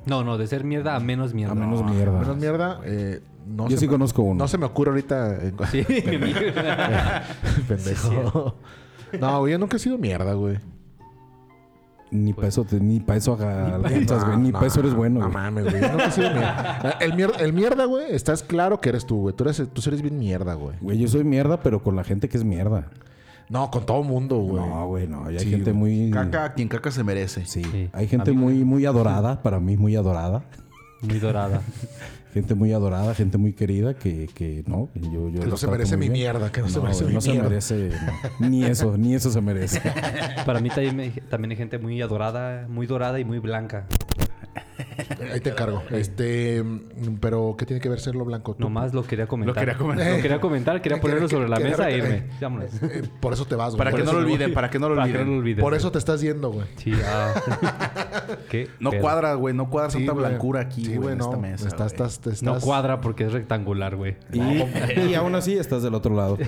Speaker 5: No, no, de ser mierda a menos mierda.
Speaker 3: A menos
Speaker 5: Ah.
Speaker 3: mierda.
Speaker 4: Menos mierda, eh, no
Speaker 3: Yo
Speaker 4: se
Speaker 3: sí
Speaker 4: me-
Speaker 3: conozco uno.
Speaker 4: No se me ocurre ahorita... eh,
Speaker 5: Sí, mi amigo.
Speaker 4: pendejo. No, güey, yo nunca he sido mierda, güey.
Speaker 3: Ni pa' eso, te- Pues ni pa' eso haga alcanzas, güey. Ni pa' eso eres bueno,
Speaker 4: No
Speaker 3: güey.
Speaker 4: mames, güey. Yo nunca he sido mierda. El, mier- el mierda, güey, estás claro que eres tú, güey. Tú eres, tú eres bien mierda, güey.
Speaker 3: Güey, yo soy mierda, pero con la gente que es mierda.
Speaker 4: No, con todo mundo, güey.
Speaker 3: No, güey, no. Ya hay
Speaker 4: Sí,
Speaker 3: gente muy...
Speaker 6: Caca, quien caca se merece.
Speaker 3: Sí.
Speaker 5: Sí.
Speaker 3: Hay gente muy, muy adorada, para mí muy adorada.
Speaker 5: Muy dorada.
Speaker 3: Gente muy adorada, gente muy querida que, que no. que Yo, yo los
Speaker 4: Que no se
Speaker 3: trato
Speaker 4: merece
Speaker 3: muy
Speaker 4: mi
Speaker 3: bien.
Speaker 4: mierda, que no se merece
Speaker 3: güey,
Speaker 4: mi
Speaker 3: no se
Speaker 4: mierda.
Speaker 3: merece, no. Ni eso, ni eso se merece.
Speaker 5: Para mí también, me- también hay gente muy adorada, muy dorada y muy blanca.
Speaker 4: Ahí te encargo. Este, mm, pero ¿qué tiene que ver serlo blanco? Tú-
Speaker 5: Nomás lo quería comentar.
Speaker 6: Lo quería comentar.
Speaker 5: Lo quería comentar, quería
Speaker 4: Eh,
Speaker 5: ponerlo
Speaker 4: que-
Speaker 5: sobre la
Speaker 4: que-
Speaker 5: mesa
Speaker 4: que-
Speaker 5: e irme.
Speaker 4: eh,
Speaker 5: Vámonos.
Speaker 4: eh, por eso te vas, güey.
Speaker 6: Para
Speaker 4: Por
Speaker 6: que no
Speaker 4: eso-
Speaker 6: lo olviden, para que no lo
Speaker 5: Para que no lo
Speaker 6: olviden.
Speaker 5: olvides.
Speaker 4: Por eso te estás yendo, güey.
Speaker 5: Sí, ah. ¿Qué?
Speaker 6: No
Speaker 5: pedo.
Speaker 6: cuadra, güey. No cuadra tanta
Speaker 4: güey.
Speaker 6: blancura aquí,
Speaker 4: Sí,
Speaker 6: güey, en
Speaker 4: no.
Speaker 6: esta mesa.
Speaker 4: Estás,
Speaker 6: güey.
Speaker 4: estás, estás-
Speaker 5: No cuadra porque es rectangular, güey.
Speaker 3: Y, y aún así estás del otro lado. si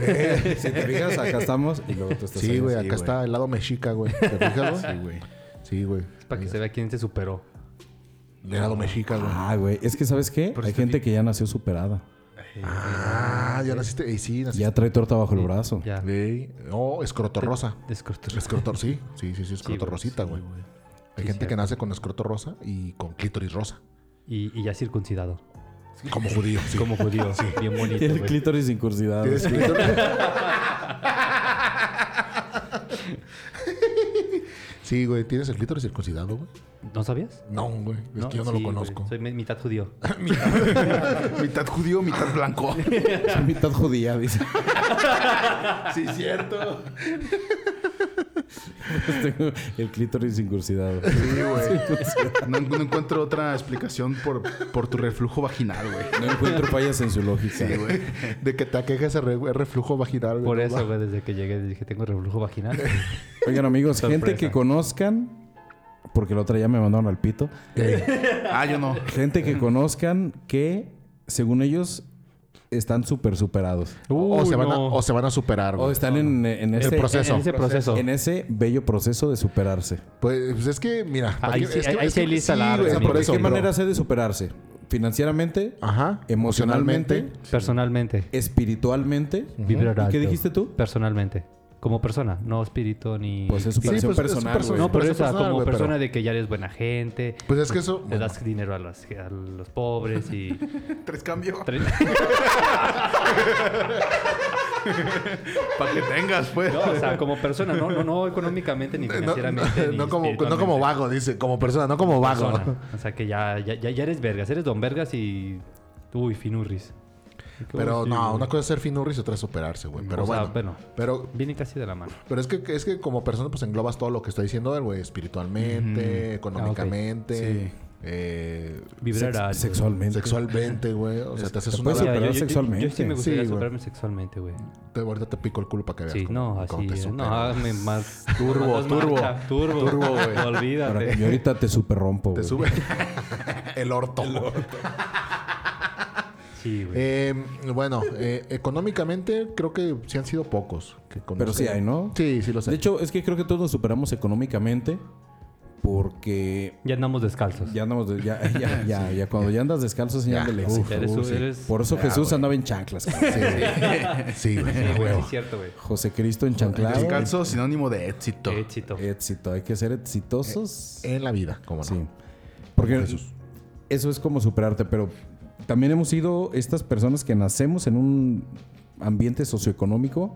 Speaker 3: te fijas, acá estamos y luego tú estás
Speaker 4: Eh, Sí,
Speaker 3: ahí.
Speaker 4: güey. Acá
Speaker 6: güey.
Speaker 4: está el lado mexica, güey. ¿Te fijas, güey? Sí, güey. Sí, güey.
Speaker 5: Para que se vea quién se superó.
Speaker 4: El lado mexica, güey.
Speaker 3: Ah, güey. Es que, ¿sabes qué? Hay gente que ya nació superada.
Speaker 4: Ah, ya naciste. Eh, sí, naciste.
Speaker 3: Ya trae torta bajo el brazo.
Speaker 5: Ya.
Speaker 4: Güey. Oh, escroto rosa.
Speaker 5: Descorto-
Speaker 4: Escrotor, sí. Sí, sí, sí. Escroto
Speaker 5: güey,
Speaker 4: rosita, güey. Hay gente que nace con escroto rosa y con clítoris rosa.
Speaker 5: Y, y ya circuncidado.
Speaker 4: Como judío, sí.
Speaker 5: Como judío. Bien bonito,
Speaker 3: Tiene el
Speaker 5: güey.
Speaker 3: clítoris sin cursidad.
Speaker 4: Tienes clítoris. Sí, güey, tienes el clítoris circuncidado, güey.
Speaker 5: ¿No sabías?
Speaker 4: No, güey, es
Speaker 5: No,
Speaker 4: que yo no
Speaker 5: sí,
Speaker 4: lo
Speaker 5: güey.
Speaker 4: conozco.
Speaker 5: Soy mi- mitad judío.
Speaker 6: mitad judío, mitad blanco.
Speaker 3: Es mitad judía, dice.
Speaker 6: sí, cierto.
Speaker 3: Tengo Este, el clítoris sin cursidad.
Speaker 6: Sí, güey. No, no encuentro otra explicación por, por tu reflujo vaginal, güey.
Speaker 3: No encuentro fallas en su lógica.
Speaker 4: De que te aqueja ese re- el reflujo vaginal, güey.
Speaker 5: Por
Speaker 4: no
Speaker 5: eso,
Speaker 4: va.
Speaker 5: güey, desde que llegué dije, tengo reflujo vaginal.
Speaker 3: Oigan, amigos, gente
Speaker 5: Sorpresa.
Speaker 3: que conozcan, porque la otra ya me mandaron al pito.
Speaker 6: Ah, yo no.
Speaker 3: Gente que conozcan que, según ellos, están súper superados.
Speaker 4: o,
Speaker 5: Uy,
Speaker 4: se van a,
Speaker 5: no.
Speaker 4: o se van a superar,
Speaker 3: O
Speaker 4: güey.
Speaker 3: están en, en ese,
Speaker 4: proceso.
Speaker 5: En ese proceso.
Speaker 3: en ese bello proceso de superarse.
Speaker 4: Pues, pues es que, mira. ¿para
Speaker 5: Ahí
Speaker 4: qué-
Speaker 5: sí-
Speaker 4: es que-
Speaker 5: ahí
Speaker 4: es
Speaker 5: sí
Speaker 4: que-
Speaker 5: lista la
Speaker 4: güey,
Speaker 5: orden,
Speaker 4: o sea,
Speaker 5: amigo.
Speaker 4: por
Speaker 3: ¿De
Speaker 4: eso,
Speaker 3: qué
Speaker 4: pero-
Speaker 3: manera sé de superarse? ¿Financieramente?
Speaker 4: Ajá.
Speaker 3: ¿Emocionalmente?
Speaker 5: Personalmente.
Speaker 3: ¿Espiritualmente?
Speaker 5: Vibrar
Speaker 3: ¿Y
Speaker 5: alto.
Speaker 3: qué dijiste tú?
Speaker 5: Personalmente. Como persona, no espíritu ni.
Speaker 3: Pues es
Speaker 5: Sí,
Speaker 4: pues,
Speaker 3: superación
Speaker 4: es- es
Speaker 3: personal, güey.
Speaker 4: personal.
Speaker 5: No, pero
Speaker 4: Pero
Speaker 5: o
Speaker 4: es
Speaker 5: sea,
Speaker 4: personal,
Speaker 5: como
Speaker 4: güey, pero-
Speaker 5: persona de que ya eres buena gente.
Speaker 4: Pues es que eso-
Speaker 5: Le das dinero a los, a los pobres y.
Speaker 6: Tres cambios.
Speaker 5: Tres-
Speaker 6: Para que tengas, pues.
Speaker 5: No, o sea, como persona, no, no, no económicamente ni
Speaker 4: No,
Speaker 5: financieramente.
Speaker 4: no,
Speaker 5: ni
Speaker 4: no como, no como
Speaker 5: espiritualmente.
Speaker 4: vago, dice. Como persona, no como vago.
Speaker 5: Persona. O sea, que ya, ya, ya- ya eres vergas, eres don vergas y. Uy, finurris.
Speaker 4: Pero
Speaker 5: Uy,
Speaker 4: no,
Speaker 5: güey.
Speaker 4: una cosa es ser finurris y otra es superarse, güey. Pero
Speaker 5: O sea,
Speaker 4: bueno.
Speaker 5: bueno.
Speaker 4: Pero
Speaker 5: Viene casi de la mano.
Speaker 4: Pero es que, es que como persona, pues englobas todo lo que está diciendo él, güey, espiritualmente, económicamente.
Speaker 6: Sí. Eh,
Speaker 3: Sex-
Speaker 5: Vibrar
Speaker 3: sexualmente.
Speaker 4: Sexualmente, güey. O sea, te haces
Speaker 3: te
Speaker 4: una.
Speaker 3: puedes-
Speaker 4: vara-
Speaker 3: operar
Speaker 5: yo,
Speaker 3: sexualmente.
Speaker 5: Yo, sí me
Speaker 3: Sí,
Speaker 5: gustaría
Speaker 4: güey.
Speaker 5: superarme sexualmente, güey.
Speaker 4: Te, ahorita te pico el culo para que veas.
Speaker 5: Sí,
Speaker 4: cómo-
Speaker 5: no,
Speaker 4: cómo
Speaker 5: así.
Speaker 4: te
Speaker 5: eh, No,
Speaker 4: superas.
Speaker 5: hazme más.
Speaker 6: Turbo,
Speaker 5: más
Speaker 6: turbo.
Speaker 5: marcha, turbo. Turbo, güey.
Speaker 3: Ahora,
Speaker 5: Olvídate.
Speaker 3: yo ahorita te super rompo.
Speaker 6: te sube el orto.
Speaker 5: Sí, güey.
Speaker 4: Eh, bueno, eh, económicamente creo que sí han sido pocos. que conozco.
Speaker 3: Pero sí hay, ¿no?
Speaker 4: Sí, sí los
Speaker 3: De
Speaker 4: hay.
Speaker 3: hecho, es que creo que todos nos superamos económicamente porque
Speaker 5: Ya andamos descalzos.
Speaker 3: ya andamos, de- ya, ya, ya, ya, cuando ya andas descalzo, Ah, señal del éxito.
Speaker 5: Eres-
Speaker 3: Uf, sí.
Speaker 5: eres-
Speaker 3: Por eso Jesús andaba en chanclas. cabrón.
Speaker 4: Sí, güey, a
Speaker 5: Sí, güey, sí
Speaker 4: huevo.
Speaker 5: es cierto, güey.
Speaker 3: José Cristo en chanclas.
Speaker 6: Descalzo, sinónimo de éxito.
Speaker 5: Qué éxito.
Speaker 3: Eh, Éxito, hay que ser exitosos.
Speaker 5: Eh,
Speaker 4: En la vida, como no.
Speaker 3: Sí. Porque
Speaker 4: Jesús.
Speaker 3: eso es como superarte, pero también hemos sido estas personas que nacemos en un ambiente socioeconómico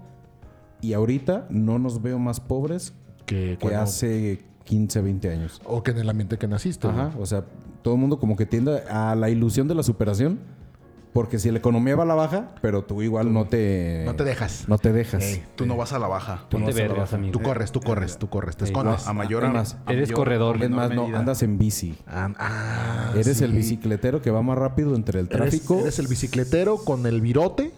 Speaker 3: y ahorita no nos veo más pobres
Speaker 4: Que,
Speaker 3: que
Speaker 4: cuando-
Speaker 3: hace 15, 20 años.
Speaker 4: O que en el ambiente que naciste.
Speaker 3: Ajá,
Speaker 4: güey.
Speaker 3: o sea, todo el mundo como que tiende a la ilusión de la superación. Porque si la economía va a la baja, pero tú igual no te...
Speaker 4: No te dejas.
Speaker 3: No te dejas.
Speaker 4: Ey,
Speaker 6: Tú no vas a la baja.
Speaker 5: Ponte
Speaker 3: vas a la
Speaker 5: vergas,
Speaker 3: baja.
Speaker 5: amigo.
Speaker 4: Tú corres, tú corres, tú corres. Te
Speaker 5: Sí.
Speaker 6: No,
Speaker 4: escondes.
Speaker 6: a mayor.
Speaker 3: es más,
Speaker 6: a
Speaker 5: eres
Speaker 6: mayor-
Speaker 5: corredor.
Speaker 3: Es más, no,
Speaker 6: medida.
Speaker 3: andas en bici.
Speaker 4: Ah, ah,
Speaker 3: Eres
Speaker 4: sí.
Speaker 3: el bicicletero que va más rápido entre el
Speaker 4: Eres-
Speaker 3: tráfico.
Speaker 4: Eres, el bicicletero con el virote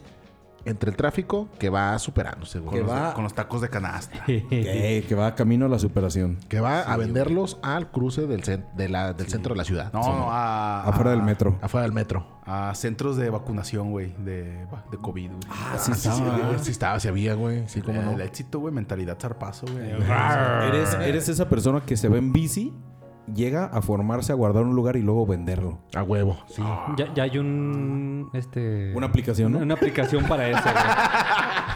Speaker 4: entre el tráfico que va superando, seguro.
Speaker 3: Que
Speaker 6: Con los-
Speaker 3: va-
Speaker 6: Con los tacos de canasta.
Speaker 3: Ey, que va camino a la superación.
Speaker 4: Que va a venderlos al cruce del, cen- de la- del centro de la ciudad.
Speaker 6: No, ah.
Speaker 4: Sí.
Speaker 6: no, a.
Speaker 3: afuera
Speaker 6: a-
Speaker 3: del metro.
Speaker 4: Afuera del metro.
Speaker 6: A centros de vacunación, güey. De, de COVID. güey.
Speaker 3: Ah, sí,
Speaker 4: Sí, güey, sí estaba, sí había, güey. Sí, cómo
Speaker 6: Eh,
Speaker 4: no.
Speaker 6: El éxito, güey. Mentalidad zarpazo, güey.
Speaker 3: Eres, eres esa persona que se va en bici, llega a formarse, a guardar un lugar y luego venderlo.
Speaker 4: A huevo. Sí.
Speaker 5: Ya, ya hay un. Este,
Speaker 3: Una aplicación, ¿no?
Speaker 5: Una, una aplicación para eso,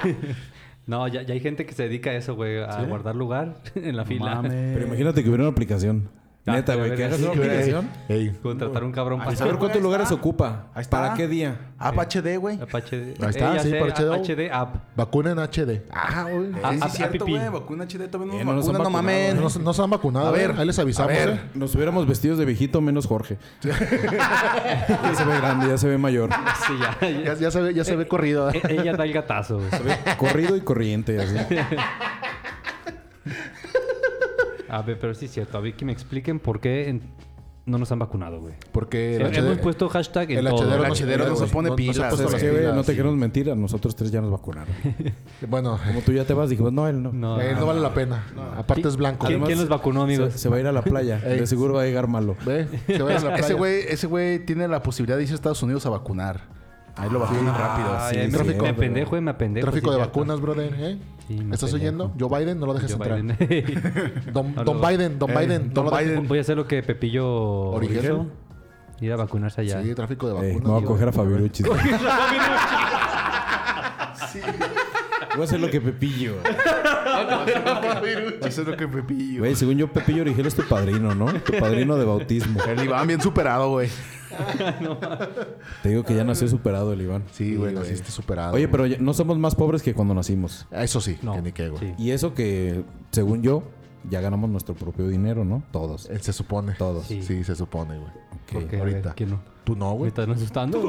Speaker 5: güey. no, ya, ya hay gente que se dedica a eso, güey, a guardar lugar en la fila.
Speaker 6: Eh.
Speaker 3: Pero imagínate que hubiera una aplicación.
Speaker 5: Ah,
Speaker 3: Neta,
Speaker 5: pero a
Speaker 3: güey,
Speaker 5: ver,
Speaker 3: que hagas
Speaker 5: sí,
Speaker 3: una
Speaker 5: güey.
Speaker 3: aplicación.
Speaker 4: Ey.
Speaker 5: Contratar un cabrón para
Speaker 3: A ver cuántos
Speaker 6: Ahí
Speaker 3: lugares
Speaker 6: está.
Speaker 3: ocupa.
Speaker 6: Ahí está.
Speaker 3: ¿Para qué día?
Speaker 6: Ah, pa' HD, güey.
Speaker 5: Apache de-
Speaker 4: Ahí está,
Speaker 5: Eh, ya
Speaker 4: sí,
Speaker 5: sé,
Speaker 4: Apache de-
Speaker 5: Apache de app.
Speaker 4: Vacuna en HD. Ah, güey.
Speaker 5: Ah,
Speaker 6: Sí, sí,
Speaker 5: ah,
Speaker 6: es cierto,
Speaker 5: ah,
Speaker 6: güey.
Speaker 5: pipí.
Speaker 6: Vacuna HD. Todavía no,
Speaker 3: Eh,
Speaker 6: nos
Speaker 3: no nos han
Speaker 6: vacunan, no
Speaker 3: vacunado,
Speaker 6: mamen.
Speaker 4: No, se- no se han vacunado.
Speaker 6: A
Speaker 4: A ver,
Speaker 6: ver,
Speaker 4: ahí les avisamos.
Speaker 6: a ver.
Speaker 4: ¿eh?
Speaker 3: Nos hubiéramos vestidos de viejito menos Jorge. ya se ve grande, ya se ve mayor.
Speaker 5: Sí, ya.
Speaker 4: Ya, ya se ve, ya se ve corrido. eh.
Speaker 5: E- Ella da el gatazo. güey.
Speaker 3: Corrido y corriente. Así.
Speaker 5: A ver, pero sí es cierto. A ver, que me expliquen por qué en- no nos han vacunado, güey.
Speaker 4: Porque el
Speaker 5: eh, Hemos
Speaker 4: HD
Speaker 5: puesto hashtag en
Speaker 4: el
Speaker 5: todo.
Speaker 4: HDR
Speaker 5: güey.
Speaker 6: El HDR no se pone
Speaker 4: no- no se
Speaker 6: pilas.
Speaker 4: puso
Speaker 6: güey.
Speaker 3: Pues
Speaker 4: las
Speaker 3: es que, güey,
Speaker 4: pilas,
Speaker 3: no te
Speaker 4: sí.
Speaker 3: queremos mentir, a nosotros tres ya nos vacunaron.
Speaker 4: Bueno,
Speaker 3: Como tú ya te vas, dijimos, no, él no.
Speaker 5: No,
Speaker 4: eh, no vale la pena. Aparte es blanco.
Speaker 5: ¿Quién, quién los vacunó, amigos?
Speaker 3: Se, se va a ir a la playa. De seguro va a llegar malo.
Speaker 4: Ve, se va a la playa.
Speaker 6: Ese güey, ese güey tiene la posibilidad de irse a Estados Unidos a vacunar. Ahí lo vacunan rápido.
Speaker 5: Ay,
Speaker 6: sí.
Speaker 5: ay, me,
Speaker 3: tráfico.
Speaker 5: me apendejo, güey, me apendejo.
Speaker 4: Tráfico
Speaker 5: sí,
Speaker 4: de
Speaker 5: ya está.
Speaker 4: vacunas, brother. ¿eh?
Speaker 5: Sí, me
Speaker 4: ¿Estás
Speaker 5: pendejo.
Speaker 4: oyendo? Joe Biden, no lo dejes
Speaker 5: Joe
Speaker 4: entrar.
Speaker 5: Biden.
Speaker 4: Don,
Speaker 5: Ahora
Speaker 4: don
Speaker 5: lo-
Speaker 4: Biden, Don
Speaker 6: Eh,
Speaker 4: Biden,
Speaker 6: Don
Speaker 4: no lo dejes-
Speaker 6: Biden.
Speaker 5: Voy a hacer lo que Pepillo
Speaker 4: Origel.
Speaker 5: Origel. Ir a vacunarse allá.
Speaker 4: Sí, tráfico de
Speaker 3: Eh,
Speaker 4: vacunas.
Speaker 3: no va a
Speaker 4: güey.
Speaker 3: coger a Fabiruchis. güey. Voy a hacer lo que Pepillo.
Speaker 6: Ah, Eso es lo que Pepillo.
Speaker 3: Güey, según yo, Pepillo Origel es tu padrino, ¿no? Tu padrino de bautismo.
Speaker 6: El Iván bien superado, güey.
Speaker 3: Te digo que ya nació superado el Iván.
Speaker 4: Sí, güey, naciste superado.
Speaker 3: Oye,
Speaker 4: güey.
Speaker 3: pero ya- no somos más pobres que cuando nacimos.
Speaker 4: Eso sí,
Speaker 5: No.
Speaker 4: que ni qué, güey.
Speaker 5: Sí.
Speaker 3: Y eso que, según yo, ya ganamos nuestro propio dinero, ¿no? Todos.
Speaker 4: Él se supone.
Speaker 3: Todos.
Speaker 4: Sí,
Speaker 5: Sí.
Speaker 4: se supone, güey.
Speaker 5: Ok, a ver,
Speaker 4: Ahorita.
Speaker 5: ¿Quién no?
Speaker 4: Tú no,
Speaker 5: ¿Me
Speaker 4: güey.
Speaker 5: están asustando?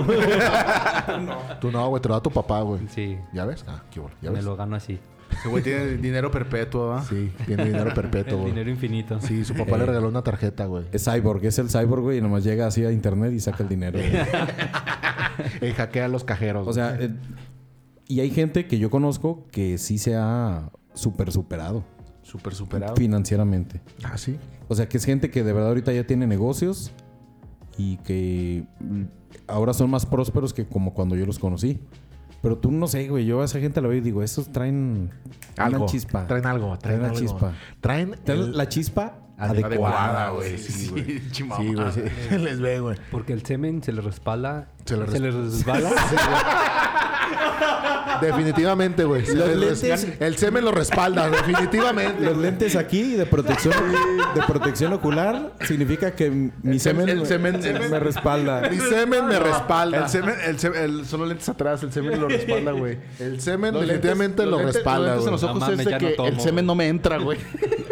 Speaker 4: Tú no, güey. Te lo da tu papá, güey.
Speaker 5: sí,
Speaker 4: ¿Ya ves? Ah, qué bueno. ¿Ya
Speaker 5: me
Speaker 4: ves?
Speaker 5: lo gano así.
Speaker 6: Ese güey tiene el dinero perpetuo, ¿va?
Speaker 4: Sí, tiene dinero perpetuo,
Speaker 5: El
Speaker 4: güey.
Speaker 5: dinero Eh. infinito.
Speaker 4: Sí, su papá le regaló una tarjeta, güey.
Speaker 3: Es cyborg, es el cyborg, güey, y nomás llega así a internet y saca el dinero. güey.
Speaker 4: Eh, hackea a los cajeros.
Speaker 3: O sea, eh, y hay gente que yo conozco que sí se ha super superado
Speaker 6: Super superado.
Speaker 3: financieramente.
Speaker 4: güey. ah, sí.
Speaker 3: O sea, que es gente que de verdad ahorita ya tiene negocios y que mm, ahora son más prósperos que como cuando yo los conocí. Pero tú no sé, güey. Yo a esa gente la veo y digo, estos traen
Speaker 4: Algo.
Speaker 3: una chispa.
Speaker 4: Traen algo, traen,
Speaker 3: Traen la
Speaker 4: algo.
Speaker 3: chispa.
Speaker 4: Traen,
Speaker 3: Traen
Speaker 4: el-
Speaker 3: la chispa
Speaker 4: adecuada, güey. Sí,
Speaker 6: Sí, sí,
Speaker 4: güey. Sí,
Speaker 6: chimamada.
Speaker 4: güey. sí. Les ve, güey.
Speaker 5: Porque el semen se le respala.
Speaker 4: Se le
Speaker 5: resbala.
Speaker 4: Definitivamente, güey. Se les
Speaker 3: lentes-
Speaker 4: res- El semen lo respalda, definitivamente.
Speaker 3: Los lentes aquí de protección de protección ocular significa que mi semen,
Speaker 6: el
Speaker 3: me-
Speaker 6: semen-
Speaker 3: me,
Speaker 6: el semen-
Speaker 3: respalda.
Speaker 4: Mi semen me respalda.
Speaker 6: El semen, el semen, el, solo lentes atrás, el semen lo respalda, güey.
Speaker 4: El semen
Speaker 6: Los
Speaker 4: definitivamente lo
Speaker 6: lentes- los lentes-
Speaker 4: respalda,
Speaker 6: Los lentes en los
Speaker 4: güey.
Speaker 5: No
Speaker 6: ojos
Speaker 5: mames,
Speaker 6: es de
Speaker 5: ya no
Speaker 6: que el
Speaker 5: tomo,
Speaker 6: semen
Speaker 5: güey.
Speaker 6: no me entra, güey.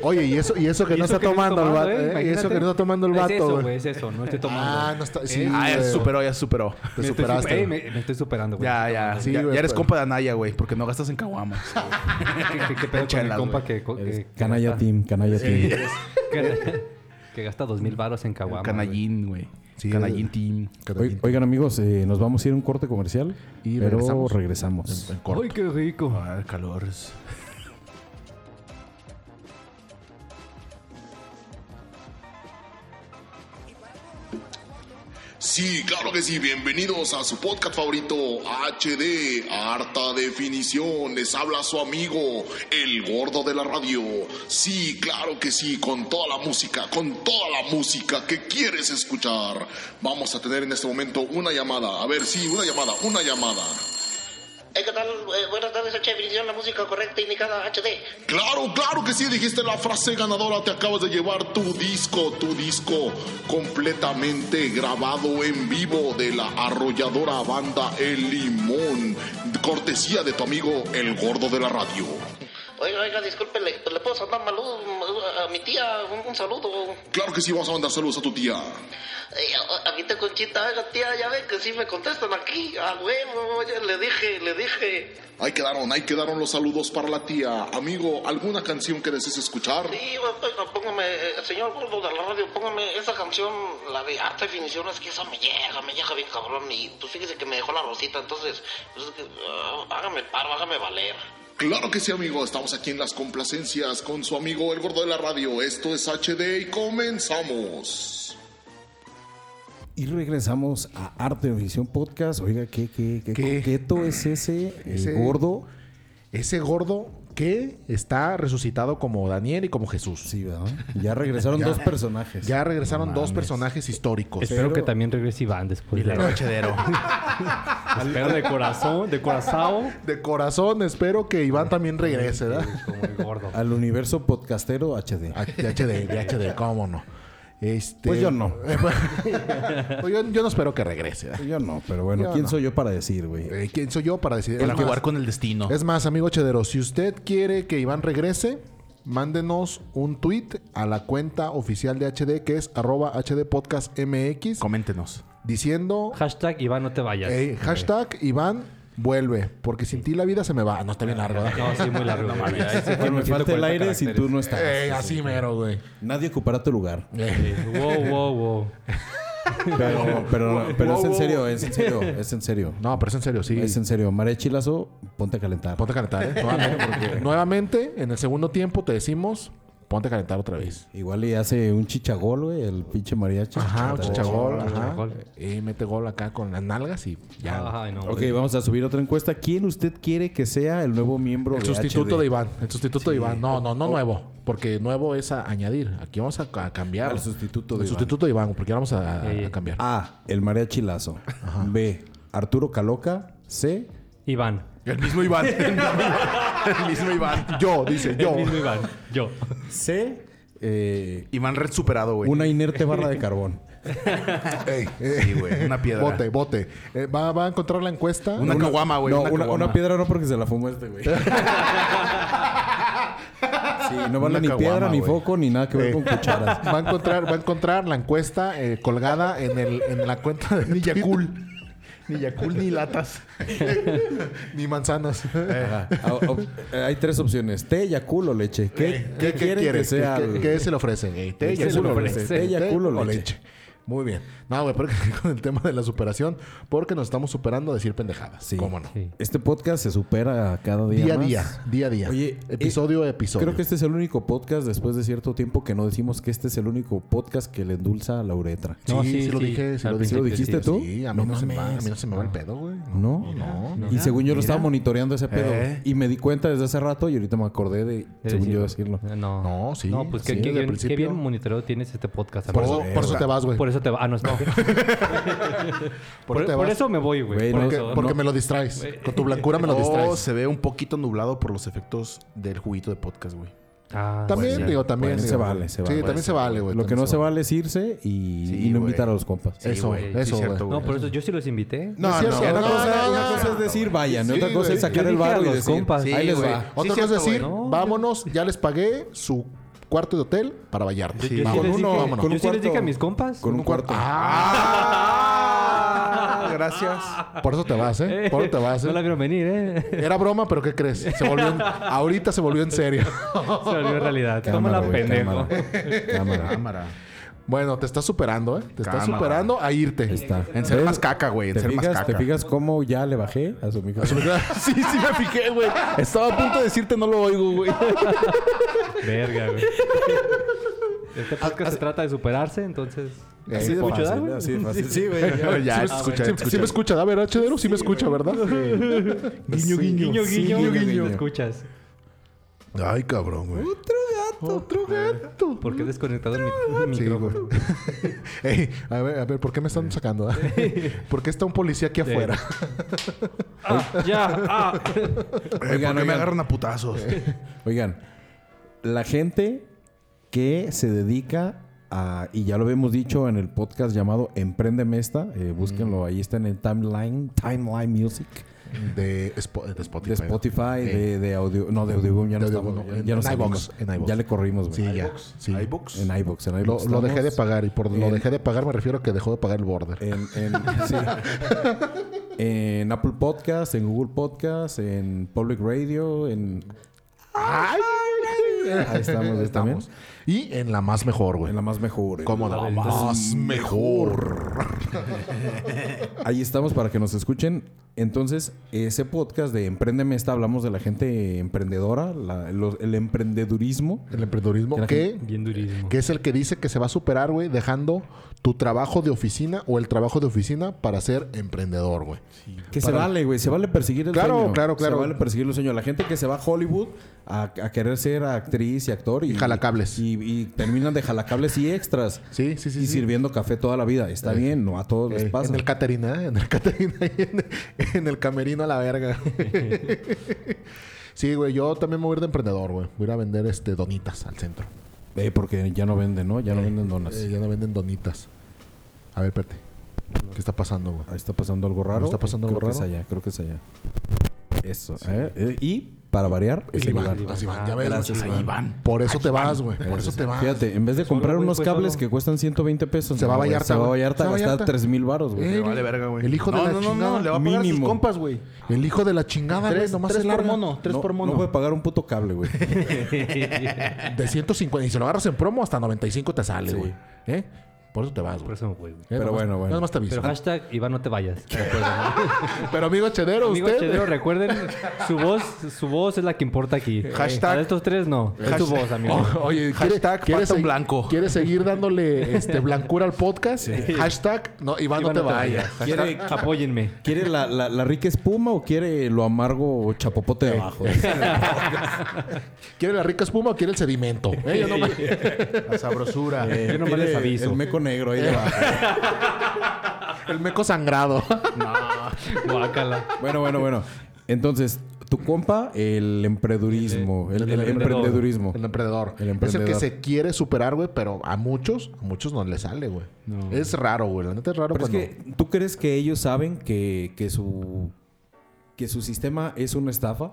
Speaker 4: Oye, y eso, y eso que
Speaker 5: ¿Y
Speaker 4: no
Speaker 5: eso
Speaker 4: está
Speaker 5: que no
Speaker 4: tomando el
Speaker 5: tomado,
Speaker 4: vato,
Speaker 5: eh?
Speaker 4: ¿eh? Y eso que
Speaker 5: Imagínate.
Speaker 4: no está tomando el
Speaker 5: Es eso,
Speaker 4: vato,
Speaker 5: güey.
Speaker 4: güey.
Speaker 5: Es eso. No estoy tomando.
Speaker 4: Ah, no está. Sí,
Speaker 6: ah, ya
Speaker 4: güey.
Speaker 6: se superó, ya se superó.
Speaker 4: Te
Speaker 5: Me estoy
Speaker 4: superaste.
Speaker 5: super- Ey, me, me estoy superando, güey.
Speaker 6: Ya, ya.
Speaker 4: Sí,
Speaker 6: ya,
Speaker 4: güey,
Speaker 6: ya eres
Speaker 4: pero-
Speaker 6: compa de Anaya, güey, porque no gastas en caguamas.
Speaker 5: ¿Qué, qué- qué pedo con
Speaker 6: Chelas,
Speaker 5: el compa
Speaker 6: güey.
Speaker 5: que, co- que- que
Speaker 3: Canalla
Speaker 5: gasta-
Speaker 3: Team, canalla Team.
Speaker 5: Que, que que gasta dos mil varos en caguama. güey.
Speaker 6: Canallín, güey. Canallín Team.
Speaker 3: Oi- Oigan amigos, eh, nos vamos a ir a un corte comercial,
Speaker 6: Y
Speaker 3: pero
Speaker 6: regresamos.
Speaker 3: regresamos.
Speaker 5: Ay, qué rico.
Speaker 6: Ah, calores.
Speaker 8: Sí, claro que sí. Bienvenidos a su podcast favorito HD, harta definición. Les habla su amigo, el gordo de la radio. Sí, claro que sí, con toda la música, con toda la música que quieres escuchar. Vamos a tener en este momento una llamada. A ver, sí, una llamada, una llamada.
Speaker 9: Eh, ¿Qué tal? Eh, buenas tardes, H. Definición, la música correcta indicada HD.
Speaker 8: Claro, claro que sí, dijiste la frase ganadora, te acabas de llevar tu disco, tu disco completamente grabado en vivo de la arrolladora banda El Limón, cortesía de tu amigo El Gordo de la Radio.
Speaker 9: Oiga, oiga, disculpe, ¿le, le puedo mandar malud a mi tía un, un saludo?
Speaker 8: Claro que sí, vamos a mandar saludos a tu tía.
Speaker 9: Eh, a- a mi tía Conchita, oiga, tía, ya ve que sí me contestan aquí, a huevo, oye, le dije, le dije.
Speaker 8: Ahí quedaron, ahí quedaron los saludos para la tía. Amigo, ¿alguna canción que desees escuchar?
Speaker 9: Sí, oiga, póngame, eh, señor Gordo de la radio, póngame esa canción, la de alta definición, es que esa me llega, me llega bien cabrón, y pues fíjese que me dejó la rosita, entonces, pues, es que, ah, hágame el paro, hágame valer.
Speaker 8: Claro que sí, amigo, estamos aquí en Las Complacencias con su amigo El Gordo de la Radio. Esto es HD y comenzamos.
Speaker 3: Y regresamos a Arte de Visión Podcast. Oiga, qué, qué, qué,
Speaker 4: ¿Qué?
Speaker 3: coqueto es ese, el
Speaker 4: Ese-
Speaker 3: gordo.
Speaker 4: Ese gordo que está resucitado como Daniel y como Jesús.
Speaker 3: Sí, ¿verdad? Ya regresaron dos personajes.
Speaker 4: Ya regresaron
Speaker 3: No
Speaker 4: dos
Speaker 3: mames.
Speaker 4: personajes históricos.
Speaker 5: Espero que también regrese Iván después. de- Espero de corazón, de corazón.
Speaker 4: De corazón, espero que Iván también regrese, ¿verdad?
Speaker 5: Como el gordo.
Speaker 3: Al universo podcastero HD.
Speaker 4: Ah, De HD, de HD, cómo no. Este,
Speaker 3: Pues yo no. pues
Speaker 4: Pues yo, yo no espero que regrese. ¿verdad?
Speaker 3: Yo no, pero bueno,
Speaker 4: Yo
Speaker 3: ¿quién
Speaker 4: no.
Speaker 3: soy yo para decir, güey?
Speaker 4: Eh, ¿Quién soy yo para decidir?
Speaker 6: Para
Speaker 4: Es más-
Speaker 6: jugar con el destino.
Speaker 4: Es más, amigo Chedero, si usted quiere que Iván regrese, mándenos un tweet a la cuenta oficial de HD que es arroba HDPodcastMX
Speaker 6: Coméntenos.
Speaker 4: diciendo
Speaker 5: Hashtag Iván, no te vayas.
Speaker 4: eh, hashtag Iván vuelve, porque sin ti la vida se me va. Ah, No, está bien largo. ¿verdad?
Speaker 5: No, sí, muy largo. güey. Ahí sí
Speaker 3: Bueno,
Speaker 5: tiene
Speaker 3: me falta el
Speaker 5: 140
Speaker 3: aire si tú
Speaker 5: caracteres.
Speaker 3: no estás.
Speaker 4: Eh, así mero, güey. Eh,
Speaker 3: Nadie ocupará tu lugar.
Speaker 5: Sí. Wow, wow, wow.
Speaker 3: Pero, pero, pero es en serio, es en serio, es en serio.
Speaker 4: No, pero es en serio, sí.
Speaker 3: Es en serio. María Chilazo, ponte a calentar.
Speaker 4: Ponte a calentar, ¿eh? Nuevamente, porque- nuevamente, en el segundo tiempo te decimos, ponte a calentar otra vez.
Speaker 3: Igual y hace un chichagol, güey, el pinche mariachi.
Speaker 4: Ajá, un chichagol, ajá.
Speaker 5: chichagol.
Speaker 4: Y mete gol acá con las nalgas y ya.
Speaker 5: Ajá, ay, no.
Speaker 3: Ok, vamos a subir otra encuesta. ¿Quién usted quiere que sea el nuevo miembro
Speaker 4: El
Speaker 3: de
Speaker 4: sustituto
Speaker 3: HD?
Speaker 4: de Iván. El sustituto de Iván. No, no, no
Speaker 5: Oh.
Speaker 4: nuevo. Porque nuevo es a añadir. Aquí vamos a, ca- cambiar.
Speaker 3: Al sustituto de
Speaker 4: El
Speaker 3: Iván.
Speaker 4: sustituto de Iván, porque ahora vamos a, a-
Speaker 5: Sí.
Speaker 4: a cambiar.
Speaker 3: A. El mariachi Lazo. B. Arturo Caloca. C.
Speaker 5: Iván.
Speaker 6: El mismo Iván. El mismo Iván.
Speaker 4: Yo, dice yo.
Speaker 5: El mismo Iván. Yo.
Speaker 3: C. eh,
Speaker 6: Iván Red superado, güey.
Speaker 3: una inerte barra de carbón.
Speaker 4: Ey, ey.
Speaker 6: Sí, güey. Una piedra.
Speaker 4: Bote, bote. Eh, va, va a encontrar la encuesta.
Speaker 6: Una caguama, güey.
Speaker 3: no, una,
Speaker 6: caguama.
Speaker 3: una piedra no porque se la fumó este, güey. Sí, no vale
Speaker 6: Una
Speaker 3: ni piedra,
Speaker 6: caguama,
Speaker 3: ni
Speaker 6: güey.
Speaker 3: foco, ni nada que ver
Speaker 4: Eh.
Speaker 3: con cucharas.
Speaker 4: Va a encontrar, va a encontrar la encuesta eh, colgada en, el, en la cuenta de
Speaker 6: Ni Yakul. ni Yakul ni latas.
Speaker 4: Ni manzanas.
Speaker 3: Ajá. Ah, oh, eh, Hay tres opciones: té, yacul o leche. ¿Qué, ¿qué, quiere que sea?
Speaker 4: ¿Qué,
Speaker 3: el-
Speaker 4: qué se le ofrece? Eh, ¿Té,
Speaker 3: ¿Qué se
Speaker 4: Yakul
Speaker 5: le
Speaker 4: o
Speaker 5: ofrece?
Speaker 4: leche?
Speaker 3: ¿Té, Yakul o leche?
Speaker 4: Muy bien. No, güey, pero con el tema de la superación, porque nos estamos superando a decir pendejadas.
Speaker 3: Sí.
Speaker 4: ¿Cómo no?
Speaker 5: Sí.
Speaker 3: Este podcast se supera cada día.
Speaker 4: Día a
Speaker 3: más.
Speaker 4: día, día a día.
Speaker 3: Oye,
Speaker 4: episodio a episodio.
Speaker 3: Creo que este es el único podcast después de cierto tiempo que no decimos que este es el único podcast que le endulza la uretra.
Speaker 5: No,
Speaker 4: sí,
Speaker 5: sí,
Speaker 4: sí, lo
Speaker 5: sí.
Speaker 4: dije. Sí
Speaker 5: Al
Speaker 4: lo dije.
Speaker 3: ¿Sí lo dijiste
Speaker 5: sí,
Speaker 3: tú?
Speaker 4: Sí, a mí, no se me, va- a mí no se me va el pedo, güey.
Speaker 3: No, no. y según yo lo estaba monitoreando ese pedo.
Speaker 6: Eh.
Speaker 3: Y me di cuenta desde hace rato y ahorita me acordé de, según yo, decirlo.
Speaker 5: Eh, No.
Speaker 4: No, sí,
Speaker 5: No, pues
Speaker 4: sí,
Speaker 5: qué, qué
Speaker 4: desde el
Speaker 5: bien, qué
Speaker 4: principio.
Speaker 5: bien monitoreo tienes este podcast.
Speaker 4: Por
Speaker 5: amigo.
Speaker 4: eso, por eso te vas, güey.
Speaker 5: Por eso te va. Ah, no, está.
Speaker 4: te
Speaker 5: Por, por
Speaker 4: vas.
Speaker 5: eso me voy, güey.
Speaker 3: Güey,
Speaker 5: Por
Speaker 3: no,
Speaker 4: Porque,
Speaker 5: eso.
Speaker 4: porque
Speaker 5: no.
Speaker 4: me lo distraes. Con tu blancura me lo
Speaker 6: Oh,
Speaker 4: distraes.
Speaker 6: se ve un poquito nublado por los efectos del juguito de podcast, güey.
Speaker 5: Ah,
Speaker 4: También,
Speaker 5: sí.
Speaker 4: digo, también.
Speaker 3: Bueno, se
Speaker 4: digo,
Speaker 3: vale, se vale.
Speaker 4: Sí, también se vale, güey.
Speaker 3: Lo que
Speaker 4: también
Speaker 3: no se vale es irse y,
Speaker 6: Sí,
Speaker 3: y no
Speaker 6: güey.
Speaker 3: invitar a los compas.
Speaker 4: Eso,
Speaker 6: güey.
Speaker 4: eso,
Speaker 6: Sí, cierto,
Speaker 4: güey.
Speaker 5: No, por eso yo sí los invité.
Speaker 4: No,
Speaker 3: Sí,
Speaker 4: no,
Speaker 3: sí, otra
Speaker 4: no,
Speaker 3: cosa,
Speaker 4: no,
Speaker 3: una
Speaker 4: no,
Speaker 3: cosa es decir vayan,
Speaker 6: Sí,
Speaker 3: otra cosa
Speaker 6: güey.
Speaker 3: es sacar
Speaker 5: Yo
Speaker 3: el
Speaker 5: dije a
Speaker 3: barro y
Speaker 5: los
Speaker 3: decir,
Speaker 5: compas.
Speaker 3: ahí les
Speaker 6: güey.
Speaker 3: va.
Speaker 6: Sí,
Speaker 4: Otra cosa
Speaker 6: cierto,
Speaker 4: es decir,
Speaker 6: güey.
Speaker 5: No.
Speaker 4: vámonos, ya les pagué su cuarto de hotel para Vallarta.
Speaker 5: Yo, yo sí
Speaker 4: Vámonos.
Speaker 5: les dije,
Speaker 3: uno, vámonos.
Speaker 5: yo
Speaker 3: Con un
Speaker 5: sí les dije
Speaker 3: cuarto.
Speaker 5: a mis compas.
Speaker 3: Con un cuarto.
Speaker 6: Ah, gracias.
Speaker 4: Por eso te vas, ¿eh? Por eso te vas,
Speaker 5: No la
Speaker 4: ¿eh?
Speaker 5: vieron venir, ¿eh?
Speaker 4: Era broma, pero ¿qué crees? Se volvió en- ahorita se volvió en serio.
Speaker 5: Se volvió realidad.
Speaker 3: Cámara,
Speaker 5: Tómala,
Speaker 3: güey,
Speaker 5: pendejo.
Speaker 3: cámara. Cámara.
Speaker 6: Cámara.
Speaker 4: Bueno, te estás superando, ¿eh? Te estás
Speaker 6: Cámara.
Speaker 4: superando a irte.
Speaker 3: Está.
Speaker 6: En ser
Speaker 3: ¿Ves?
Speaker 6: más caca, güey. En
Speaker 3: ¿Te
Speaker 6: ser más
Speaker 3: fijas,
Speaker 6: caca.
Speaker 3: ¿Te fijas cómo ya le bajé a su micrófono?
Speaker 4: sí, sí me fijé, güey. Estaba a punto de decirte no lo oigo, güey.
Speaker 5: Verga, güey. Este podcast se trata de superarse, entonces.
Speaker 3: Así de
Speaker 5: ¿Puedo
Speaker 3: Eh, fácil,
Speaker 5: ayudar, güey?
Speaker 4: ¿eh?
Speaker 3: ¿no? Así de fácil. Sí, güey. ya.
Speaker 4: Ya, sí, me
Speaker 6: ah,
Speaker 4: escucha,
Speaker 6: bueno.
Speaker 4: sí, sí me escucha, ¿verdad, verdad, Chedero? Sí me escucha, ¿verdad?
Speaker 3: Guiño, guiño.
Speaker 5: pues, Guiño,
Speaker 3: Sí,
Speaker 5: guiño,
Speaker 3: guiño, guiño.
Speaker 5: ¿Te escuchas?
Speaker 6: Ay, cabrón, güey.
Speaker 5: ¿Por qué he desconectado el mi- mi
Speaker 4: Sí, güey.
Speaker 5: micrófono?
Speaker 4: Ey, a ver, a ver, ¿por qué me están sacando? ah? ¿Por qué está un policía aquí afuera?
Speaker 5: Ah, ya, ah.
Speaker 6: Eh,
Speaker 3: Oigan,
Speaker 6: ¿por qué me
Speaker 3: oigan.
Speaker 6: agarran a putazos?
Speaker 3: Oigan, la gente que se dedica a, y ya lo habíamos dicho en el podcast llamado Emprendeme Esta, eh, búsquenlo, ahí está en el timeline, Timeline Music,
Speaker 4: De, Spo- de Spotify.
Speaker 3: de Spotify,
Speaker 4: Eh,
Speaker 3: de, de audio, no, de audio, ya no
Speaker 4: De
Speaker 3: estamos,
Speaker 4: Audioboom,
Speaker 3: ya,
Speaker 4: en-
Speaker 3: ya no
Speaker 4: en
Speaker 3: salimos.
Speaker 4: iVoox, en iVoox.
Speaker 3: ya le corrimos, güey.
Speaker 4: Sí, ya. Sí.
Speaker 6: ¿iBox?
Speaker 3: En iVoox, en
Speaker 4: Lo,
Speaker 3: iVoox.
Speaker 4: lo
Speaker 3: estamos.
Speaker 4: dejé de pagar y por lo
Speaker 3: en-
Speaker 4: dejé de pagar me refiero a que dejó de pagar el border.
Speaker 3: En, en- sí. En Apple Podcast, en Google Podcast, en Public Radio, en... Ahí estamos, ahí estamos.
Speaker 4: Y en la más mejor, güey.
Speaker 3: En la más mejor. eh.
Speaker 4: cómoda. La más mejor.
Speaker 3: Ahí estamos para que nos escuchen. Entonces, ese podcast de Emprendeme Esta hablamos de la gente emprendedora, la- los- el emprendedurismo.
Speaker 4: El emprendedurismo
Speaker 3: Que la
Speaker 4: que,
Speaker 5: Bien durísimo.
Speaker 4: que es el que dice que se va a superar, güey, dejando tu trabajo de oficina o el trabajo de oficina para ser emprendedor, güey.
Speaker 3: Que se vale, güey. Se vale perseguir el
Speaker 4: Claro,
Speaker 3: sueño.
Speaker 4: claro, claro.
Speaker 3: Se vale perseguir el sueño. La gente que se va a Hollywood a, a querer ser actriz y actor. Y,
Speaker 4: jalacables.
Speaker 3: Y, y terminan de jalacables y extras.
Speaker 4: Sí, sí, sí.
Speaker 3: y
Speaker 4: sí.
Speaker 3: sirviendo café toda la vida. Está bien, no a todos
Speaker 4: Ey,
Speaker 3: les pasa.
Speaker 4: en el Caterina, ¿eh? en el Caterina y en, en el camerino a la verga. sí, güey, yo también me voy a ir de emprendedor, güey. Voy a ir a vender este donitas al centro.
Speaker 3: Eh, porque ya no venden, ¿no? Ya no venden donas.
Speaker 4: Eh, ya no venden donitas. A ver, espérate. ¿Qué está pasando, güey?
Speaker 3: Ahí está pasando algo raro.
Speaker 4: ¿No está pasando algo
Speaker 3: Creo que
Speaker 4: raro?
Speaker 3: es allá, creo que es allá. Eso. eh, eh, y para variar, es el lugar.
Speaker 4: Así van, ya ves,
Speaker 3: Gracias,
Speaker 4: güey.
Speaker 3: Iván.
Speaker 4: Por eso te vas, güey. Por eso te vas.
Speaker 3: Fíjate, en vez de
Speaker 5: Solo,
Speaker 3: comprar
Speaker 5: güey,
Speaker 3: unos
Speaker 5: fue
Speaker 3: cables
Speaker 5: solo.
Speaker 3: que cuestan 120 pesos,
Speaker 4: Se va a
Speaker 3: no, güey,
Speaker 4: Vallarta,
Speaker 3: Se va a
Speaker 4: güey.
Speaker 3: Vallarta
Speaker 4: Se
Speaker 3: a
Speaker 4: va a
Speaker 3: gastar
Speaker 4: Vallarta.
Speaker 3: 3 mil baros, güey.
Speaker 4: Eh,
Speaker 6: Vale, verga, güey.
Speaker 4: El hijo de
Speaker 6: No,
Speaker 4: la
Speaker 6: no, no,
Speaker 4: chingada.
Speaker 6: no, le va a pagar a sus
Speaker 3: Mínimo.
Speaker 6: compas, güey.
Speaker 4: El hijo de la chingada, güey.
Speaker 6: Tres,
Speaker 4: Nomás
Speaker 6: tres
Speaker 4: se
Speaker 6: por
Speaker 4: larga.
Speaker 6: mono, tres
Speaker 3: no,
Speaker 6: por mono.
Speaker 3: no puede pagar un puto cable, güey.
Speaker 4: De 150. Y si lo agarras en promo, hasta 95 te sale,
Speaker 3: Sí.
Speaker 4: güey. ¿Eh? Por eso te vas,
Speaker 5: Por
Speaker 4: güey.
Speaker 5: eso me voy, güey.
Speaker 4: Eh,
Speaker 3: Pero
Speaker 4: nomás-
Speaker 3: bueno, bueno.
Speaker 4: Nada más te aviso.
Speaker 5: Pero hashtag Iván, no te vayas.
Speaker 4: Pero amigo Chedero,
Speaker 5: Amigo
Speaker 4: usted.
Speaker 5: Chedero, recuerden, su voz, su voz es la que importa aquí.
Speaker 6: Hashtag-
Speaker 5: Para estos tres no. Es tu voz, amigo.
Speaker 4: O- eh, Oye, ¿quiere-
Speaker 6: Hashtag
Speaker 4: ¿quieres,
Speaker 6: pata un
Speaker 4: segui-
Speaker 6: blanco.
Speaker 4: ¿Quieres seguir dándole este, blancura al podcast? Hashtag no, Iván, no te vayas.
Speaker 5: Quiere- Apóyenme.
Speaker 3: ¿Quiere la, la- la rica espuma o quiere lo amargo chapopote de abajo?
Speaker 4: ¿Quiere la rica espuma o quiere el sedimento? Eh, yo no me-
Speaker 6: La sabrosura.
Speaker 5: Yo nomás
Speaker 3: Quiere
Speaker 5: les aviso.
Speaker 3: El meco negro ahí debajo.
Speaker 4: el meco sangrado.
Speaker 5: Guácala.
Speaker 3: Bueno, bueno, bueno. Entonces, tu compa, el emprendedurismo. El, el
Speaker 5: emprendedor.
Speaker 3: emprendedurismo.
Speaker 4: El emprendedor.
Speaker 3: El
Speaker 4: Es el
Speaker 3: emprendedor.
Speaker 4: que se quiere superar, güey, pero a muchos, a muchos no le sale, güey. Es raro, güey. La neta es raro
Speaker 3: Pero es
Speaker 4: cuando...
Speaker 3: que, ¿tú crees que ellos saben que, que su que su sistema es una estafa?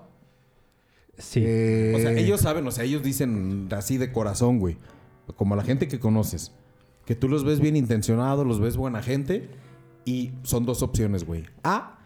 Speaker 5: Sí.
Speaker 4: Eh,
Speaker 3: O sea, ellos saben, o sea, ellos dicen así de corazón, güey. Como la gente que conoces. Que tú los ves bien intencionados, los ves buena gente. Y son dos opciones, güey. A,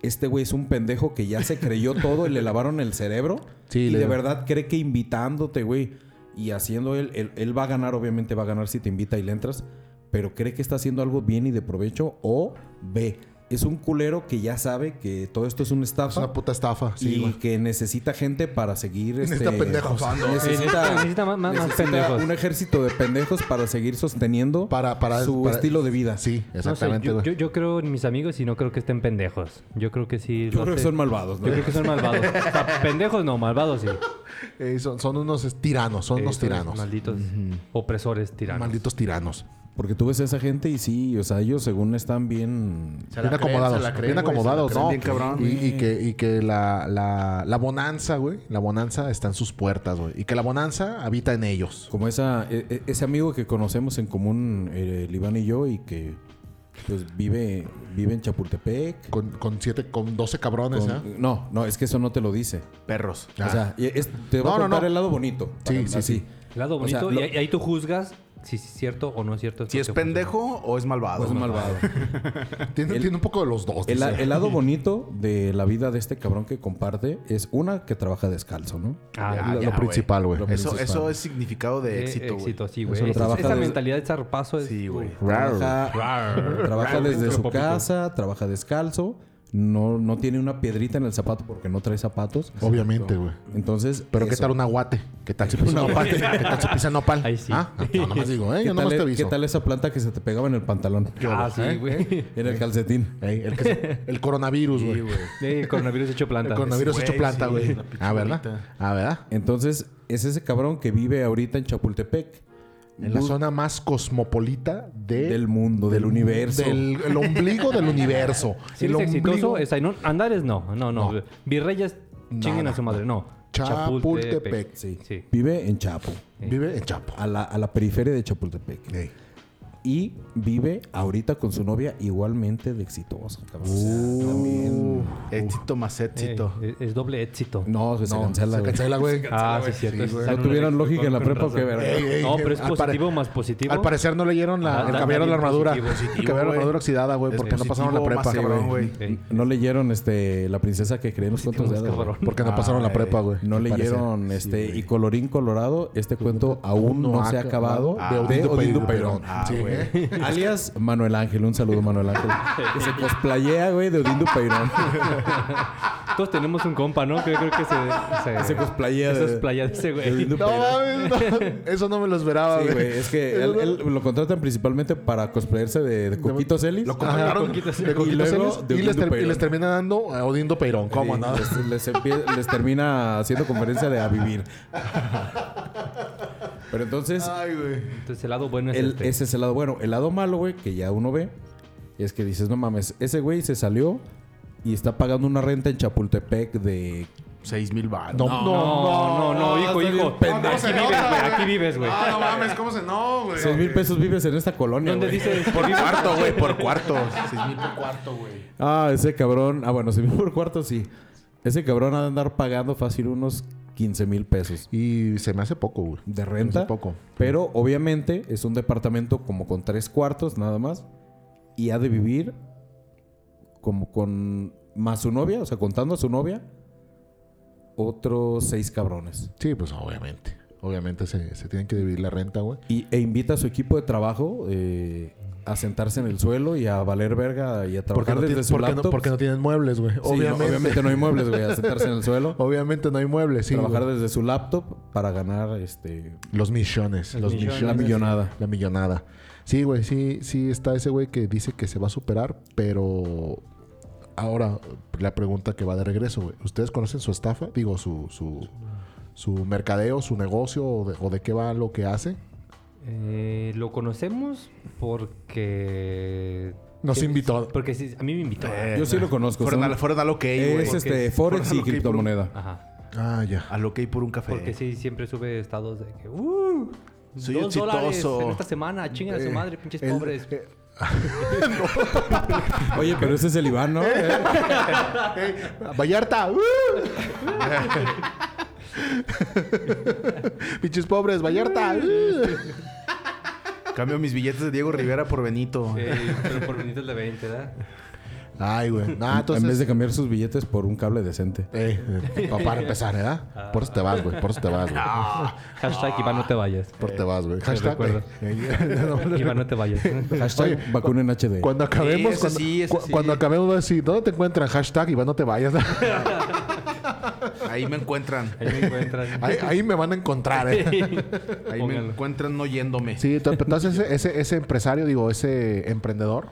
Speaker 3: este güey es un pendejo que ya se creyó todo y le lavaron el cerebro.
Speaker 4: Sí,
Speaker 3: y
Speaker 4: le-
Speaker 3: de verdad cree que invitándote, güey, y haciendo él, él, él va a ganar, obviamente va a ganar si te invita y le entras. Pero cree que está haciendo algo bien y de provecho. O B, es un culero que ya sabe que todo esto es una estafa
Speaker 4: Es una puta estafa.
Speaker 5: Pues
Speaker 4: Sí,
Speaker 3: y
Speaker 4: güey.
Speaker 3: que necesita gente para seguir
Speaker 4: Necesita
Speaker 3: este,
Speaker 4: pendejos.
Speaker 3: necesita,
Speaker 5: Necesita- necesita más- más- más
Speaker 3: necesita
Speaker 5: pendejos.
Speaker 3: un ejército de pendejos para seguir sosteniendo
Speaker 4: Para, para,
Speaker 3: su
Speaker 4: para-
Speaker 3: estilo de vida
Speaker 4: Sí,
Speaker 5: No sé,
Speaker 4: exactamente,
Speaker 5: yo-
Speaker 4: güey.
Speaker 5: yo, yo creo en mis amigos y no creo que estén pendejos. Yo creo que sí.
Speaker 3: yo
Speaker 5: lo
Speaker 3: creo que
Speaker 5: hace-
Speaker 3: son malvados ¿no?
Speaker 5: Yo creo que son malvados. O sea, pendejos no, malvados sí.
Speaker 4: Eh, son, son unos es- tiranos, son
Speaker 5: Eh,
Speaker 4: unos
Speaker 5: son
Speaker 4: tiranos.
Speaker 5: Malditos. Opresores tiranos.
Speaker 4: Malditos tiranos.
Speaker 3: porque tú ves a esa gente y sí o sea ellos según están bien
Speaker 6: Se la
Speaker 4: bien
Speaker 6: creen,
Speaker 4: acomodados.
Speaker 6: se la creen,
Speaker 4: bien
Speaker 6: güey, se la
Speaker 4: acomodados,
Speaker 6: creen
Speaker 4: ¿no?
Speaker 6: bien cabrón,
Speaker 4: y, y que, y que la, la, la bonanza, güey. La bonanza está en sus puertas, güey. Y que la bonanza habita en ellos.
Speaker 3: como esa e- e- ese amigo que conocemos en común eh, el Iván y yo y que pues vive vive en Chapultepec
Speaker 4: Con, con siete, con 12 cabrones,
Speaker 3: con-
Speaker 4: ¿ah?
Speaker 3: no no es que eso no te lo dice
Speaker 6: Perros.
Speaker 4: Ah.
Speaker 3: o sea y es- te va
Speaker 4: No,
Speaker 3: a
Speaker 4: no,
Speaker 3: contar
Speaker 4: no.
Speaker 3: el lado bonito
Speaker 4: Sí,
Speaker 3: para-
Speaker 4: sí,
Speaker 3: así.
Speaker 4: sí.
Speaker 5: Lado
Speaker 3: O sea,
Speaker 5: bonito.
Speaker 3: lo-
Speaker 5: y, ahí- ahí tú juzgas si es cierto o no es cierto.
Speaker 7: Si es
Speaker 5: porque
Speaker 7: pendejo o es malvado.
Speaker 3: Pues malvado.
Speaker 4: Ah. Tiene, tiene un poco de los dos.
Speaker 3: El,
Speaker 4: dice.
Speaker 3: el lado bonito de la vida de este cabrón que comparte es una que trabaja descalzo, ¿no?
Speaker 5: funciona. Ah,
Speaker 4: lo, lo
Speaker 7: ya, güey.
Speaker 4: principal, güey.
Speaker 3: Lo
Speaker 7: Eso,
Speaker 3: principal.
Speaker 7: eso es significado de
Speaker 5: eh,
Speaker 7: éxito, güey.
Speaker 5: éxito, sí, güey.
Speaker 3: Eso lo
Speaker 5: Esa,
Speaker 3: trabaja
Speaker 5: esa
Speaker 3: desde-
Speaker 5: mentalidad de zarpazo es...
Speaker 7: Sí, güey.
Speaker 3: Trabaja, trabaja desde su casa, trabaja descalzo, no, no tiene una piedrita en el zapato porque no trae zapatos.
Speaker 4: Obviamente, güey.
Speaker 3: Entonces,
Speaker 4: Pero ¿qué
Speaker 3: eso.
Speaker 4: tal un aguate? ¿Qué tal si pisa un aguate? ¿Qué tal si pisa nopal?
Speaker 5: Ahí sí.
Speaker 4: Ah, no, nomás digo, eh,
Speaker 3: ¿Qué
Speaker 4: yo nomás
Speaker 3: tal, e-,
Speaker 4: te aviso.
Speaker 3: qué tal esa planta que se te pegaba en el pantalón?
Speaker 5: Ah, sí, güey.
Speaker 3: En el calcetín.
Speaker 4: Ey, el, que se- el coronavirus, güey.
Speaker 5: Eh, el coronavirus hecho planta.
Speaker 4: el coronavirus hecho planta, güey. ah, ¿verdad? Ah, ¿verdad?
Speaker 3: Entonces, es ese cabrón que vive ahorita en Chapultepec.
Speaker 4: En la
Speaker 3: Bu-
Speaker 4: zona más cosmopolita de-
Speaker 3: Del mundo, del universo.
Speaker 4: Del, el ombligo del universo.
Speaker 5: Si
Speaker 4: el
Speaker 5: eres exitoso,
Speaker 4: ombligo-
Speaker 5: es Ainón. Andares no, no, no. Virreyes, chinguen a su madre, no.
Speaker 4: Chapultepec.
Speaker 3: Sí.
Speaker 5: Sí.
Speaker 3: Vive en Chapo,
Speaker 4: Vive en Chapo.
Speaker 3: a la, a la periferia de Chapultepec.
Speaker 4: Ey.
Speaker 3: Y vive ahorita con su novia igualmente de exitosa. cabrón. También.
Speaker 7: Éxito más éxito.
Speaker 5: Eh, es, es doble éxito.
Speaker 3: No, se cancela.
Speaker 4: Se
Speaker 3: güey.
Speaker 4: cancela, güey.
Speaker 5: Ah, sí, cierto. es-
Speaker 3: No tuvieron lógica en la prepa o qué
Speaker 4: Ey,
Speaker 3: verga.
Speaker 4: ey,
Speaker 5: No,
Speaker 4: ey,
Speaker 5: pero es
Speaker 4: al pare-
Speaker 5: positivo más positivo.
Speaker 4: Al parecer no leyeron la,
Speaker 5: Ah, da-
Speaker 4: cambiaron la
Speaker 5: da bien
Speaker 4: armadura.
Speaker 5: positivo,
Speaker 4: cambiaron la armadura oxidada, güey, porque no pasaron la prepa.
Speaker 7: cabrón, güey.
Speaker 5: Ey,
Speaker 3: No leyeron este La princesa que creemos cuentos de hadas.
Speaker 5: cabrón.
Speaker 4: Porque no pasaron la prepa, güey.
Speaker 3: No
Speaker 4: Al parecer.
Speaker 3: leyeron este y colorín colorado, este cuento aún no, se ha acabado
Speaker 4: Ah, de
Speaker 3: de
Speaker 4: Odindo
Speaker 3: Odindo
Speaker 4: Peirón.
Speaker 3: Peirón.
Speaker 4: Ah,
Speaker 3: Sí.
Speaker 4: güey.
Speaker 3: Alias Manuel Ángel, un saludo Manuel Ángel. que se cosplayea, güey, de Odindo Peirón.
Speaker 5: Todos tenemos un compa, ¿no? Que yo creo que se...
Speaker 3: se cosplayea
Speaker 5: se
Speaker 3: de,
Speaker 5: cosplayea de ese
Speaker 3: de
Speaker 5: güey.
Speaker 3: Odindo
Speaker 4: No
Speaker 3: Peirón.
Speaker 4: mames, no. eso no me lo esperaba,
Speaker 3: Sí,
Speaker 4: güey.
Speaker 3: güey, es que él, él lo contratan principalmente para cosplayarse de, de Coquito Celis.
Speaker 4: Lo contrataron de
Speaker 3: Y
Speaker 4: Coquito
Speaker 3: luego
Speaker 4: Celis
Speaker 3: de
Speaker 4: y les,
Speaker 3: Odindo
Speaker 4: ter- y
Speaker 3: Peirón.
Speaker 4: les termina dando a Odindo Peirón. ¿Cómo
Speaker 3: Sí,
Speaker 4: no?
Speaker 3: Les, les empie- les termina haciendo conferencia de a vivir. Pero entonces,
Speaker 5: Entonces el lado bueno es
Speaker 3: el-
Speaker 5: este.
Speaker 3: ese Ah, es el lado bueno. El lado malo, güey, que ya uno ve, es que dices, no mames, ese güey se salió y está pagando una renta en Chapultepec de...
Speaker 7: Seis mil baros.
Speaker 4: No,
Speaker 5: No, no, no, hijo,
Speaker 3: está bien
Speaker 5: hijo.
Speaker 3: pendejo.
Speaker 5: Aquí vives, güey. Aquí vives, güey.
Speaker 7: Ah, no mames, ¿cómo se no, güey?
Speaker 3: 6 mil pesos vives en esta colonia,
Speaker 5: ¿Dónde
Speaker 3: güey.
Speaker 5: dices?
Speaker 7: Por cuarto, güey, por cuarto. Seis mil por cuarto, güey.
Speaker 3: Ah, ese cabrón... Ah, bueno, 6 mil por cuarto, sí. Ese cabrón ha de andar pagando fácil unos 15 mil pesos.
Speaker 4: Y se me hace poco, güey.
Speaker 3: de renta.
Speaker 4: Muy Pues poco.
Speaker 3: Pero obviamente es un departamento como con tres cuartos nada más. Y ha de vivir como con más su novia, o sea, contando a su novia, otros seis cabrones.
Speaker 4: Sí, pues obviamente. Obviamente se, se tienen que dividir la renta, güey.
Speaker 3: Y, e invita a su equipo de trabajo eh, a sentarse en el suelo y a valer verga y a
Speaker 4: Porque
Speaker 3: trabajar
Speaker 4: no,
Speaker 3: desde
Speaker 4: tienen,
Speaker 3: su
Speaker 4: porque, no,
Speaker 3: laptop.
Speaker 4: porque no tienen muebles, güey.
Speaker 3: Sí, no,
Speaker 4: obviamente.
Speaker 3: obviamente no hay muebles, güey, a sentarse en el suelo.
Speaker 4: Obviamente no hay muebles, sí.
Speaker 3: trabajar
Speaker 4: güey.
Speaker 3: desde su laptop para ganar este
Speaker 4: Los millones. Los millones.
Speaker 3: la millonada.
Speaker 4: La millonada. Sí, güey, sí, sí está ese güey que dice que se va a superar, pero ahora la pregunta que va de regreso, güey. ¿Ustedes conocen su estafa? Digo, su, su, su mercadeo, su negocio o de, o de qué va lo que hace.
Speaker 5: Eh, lo conocemos porque...
Speaker 4: Nos
Speaker 5: que-
Speaker 4: invitó.
Speaker 5: Porque sí, a mí me invitó.
Speaker 6: Eh,
Speaker 3: Yo sí lo conozco.
Speaker 7: Fueron,
Speaker 3: son-
Speaker 7: al, fueron al OK, güey.
Speaker 3: es este Forex y criptomoneda.
Speaker 5: Ajá.
Speaker 4: Ah, ya.
Speaker 7: Al OK por un café.
Speaker 5: Porque sí, siempre sube estados de que... ¡Uh!
Speaker 7: Soy
Speaker 5: dos dólares
Speaker 7: exitoso.
Speaker 5: en esta semana. Chinguen a su madre, pinches
Speaker 4: el-
Speaker 5: pobres.
Speaker 3: Oye, pero ese es el Iván, ¿no?
Speaker 4: Vallarta. ¡Uh! Pinches pobres, Vallarta. ¡Uh!
Speaker 7: Cambio mis billetes de Diego Rivera por Benito.
Speaker 5: Sí, Eh, pero por venitas de 20, ¿verdad?
Speaker 4: Ay, güey. Nah, entonces...
Speaker 3: En vez de cambiar sus billetes por un cable decente.
Speaker 4: Eh, eh, pa- para empezar, ¿verdad? Por eso te vas, güey. Por eso te vas, güey.
Speaker 5: Hashtag Iván, no te vayas.
Speaker 4: Por te vas, güey. Hashtag.
Speaker 5: recuerdo.
Speaker 4: eh, eh, no, no,
Speaker 5: Iván, no te vayas.
Speaker 3: Hashtag vacunen HD.
Speaker 4: Cuando acabemos,
Speaker 7: ese
Speaker 4: cuando,
Speaker 7: sí, ese
Speaker 4: cu-
Speaker 7: sí.
Speaker 4: cuando acabemos, voy a decir, ¿dónde te encuentran? Hashtag Iván, no te vayas.
Speaker 7: Ahí me encuentran.
Speaker 5: Ahí me encuentran.
Speaker 4: ahí, ahí me van a encontrar, ¿eh?
Speaker 7: Ahí
Speaker 5: Póngalo.
Speaker 7: me encuentran no yéndome.
Speaker 4: Sí, ento- entonces ese, ese, ese empresario, digo, ese emprendedor.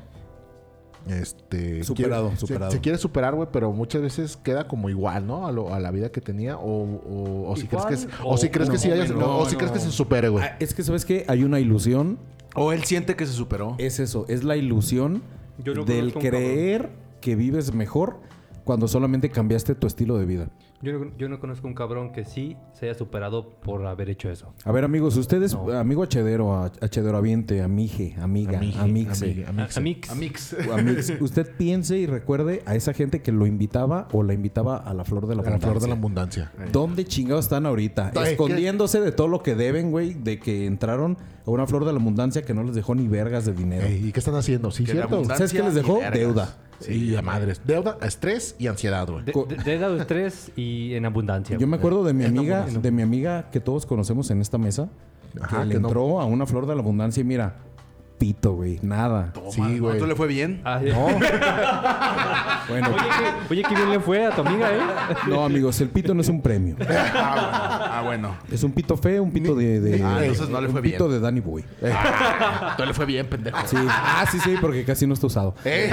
Speaker 4: Este,
Speaker 3: Superado,
Speaker 4: quiere- se-
Speaker 3: superado.
Speaker 4: Se, quiere superar, güey, pero muchas veces queda como igual, ¿no? A, lo- a la vida que tenía. O, o, o si crees
Speaker 5: Igual,
Speaker 4: que, es- o,
Speaker 5: o-
Speaker 4: si crees que
Speaker 5: no,
Speaker 4: sí hayas-
Speaker 7: no,
Speaker 4: o si
Speaker 7: no.
Speaker 4: crees que se supere, güey.
Speaker 3: Ah, es que, ¿sabes qué? Hay una ilusión.
Speaker 7: O él siente que se superó.
Speaker 3: Es eso. Es la ilusión
Speaker 5: Yo no
Speaker 3: del
Speaker 5: conozco a un
Speaker 3: creer que vives mejor cuando solamente cambiaste tu estilo de vida.
Speaker 5: Yo no, yo no conozco un cabrón que sí se haya superado por haber hecho eso.
Speaker 3: A ver, amigos, ustedes,
Speaker 5: No.
Speaker 3: amigo Achedero, a- Achederoaviente, amige, amiga,
Speaker 4: Amige,
Speaker 3: amixe,
Speaker 4: amiga, amixe.
Speaker 5: Amix.
Speaker 6: Amix.
Speaker 3: amix, usted piense y recuerde a esa gente que lo invitaba o la invitaba a la flor de la
Speaker 4: A la flor de la
Speaker 3: abundancia.
Speaker 4: abundancia.
Speaker 3: ¿Dónde chingados están ahorita?
Speaker 6: Ay,
Speaker 3: Escondiéndose de todo lo que deben, güey, de que entraron a una flor de la abundancia que no les dejó ni vergas de dinero.
Speaker 4: Ey, ¿Y qué están haciendo? Sí,
Speaker 6: Que la
Speaker 4: cierto.
Speaker 6: abundancia
Speaker 3: ¿Sabes qué les dejó?
Speaker 6: y vergas.
Speaker 3: Deuda.
Speaker 4: Sí, a madres. Deuda, estrés y ansiedad, güey.
Speaker 5: De,
Speaker 3: Co-
Speaker 5: de- de he dado estrés y en abundancia.
Speaker 3: Yo
Speaker 5: güey.
Speaker 3: me acuerdo de mi
Speaker 5: Es lo
Speaker 3: amiga,
Speaker 5: bueno.
Speaker 3: de mi amiga que todos conocemos en esta mesa,
Speaker 4: Ajá,
Speaker 3: que le
Speaker 4: que no.
Speaker 3: entró a una flor de la abundancia y mira, pito, güey, nada.
Speaker 4: Sí, güey.
Speaker 6: ¿Cuánto le fue bien?
Speaker 5: Ah,
Speaker 3: No.
Speaker 5: Oye,
Speaker 3: Bueno,
Speaker 5: que- oye, qué bien le fue a tu amiga, ¿eh?
Speaker 3: no, amigos, el pito no es un premio.
Speaker 6: Ah, bueno. Ah,
Speaker 3: Es un pito feo, un pito de. de-
Speaker 6: Ah, entonces no le
Speaker 3: un
Speaker 6: fue
Speaker 3: pito
Speaker 6: bien.
Speaker 3: de Danny Boy.
Speaker 4: Eh,
Speaker 6: bueno. Todo le fue bien, pendejo.
Speaker 3: Sí. Ah, sí, sí, porque casi no está usado.
Speaker 6: Eh,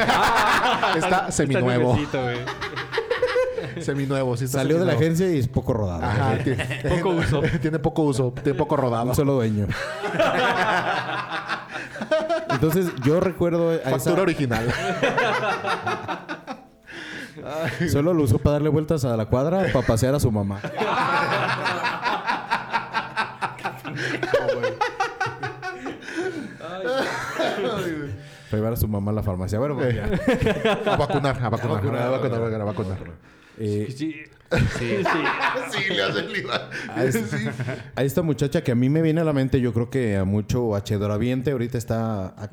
Speaker 4: Está seminuevo.
Speaker 5: nuevecito, güey.
Speaker 4: Seminuevo, sí. está
Speaker 3: Salió de la
Speaker 4: seminuevo.
Speaker 3: agencia y es poco rodado.
Speaker 4: Ajá, tiene,
Speaker 5: Poco uso.
Speaker 4: tiene poco uso, tiene poco rodado.
Speaker 3: Un solo dueño. Entonces, yo recuerdo. a esa-
Speaker 4: Factura original.
Speaker 3: solo lo usó para darle vueltas a la cuadra para pasear a su mamá. Para llevar a su mamá a la farmacia. Bueno, pues ya.
Speaker 4: A vacunar, a vacunar, Eh, a vacunar, a vacunar, a vacunar.
Speaker 3: Eh,
Speaker 5: Sí. Sí, sí.
Speaker 8: Sí, le hace el IVA. Sí.
Speaker 3: A esta muchacha que a mí me viene a la mente, yo creo que a mucho hachedoraviente ahorita está a-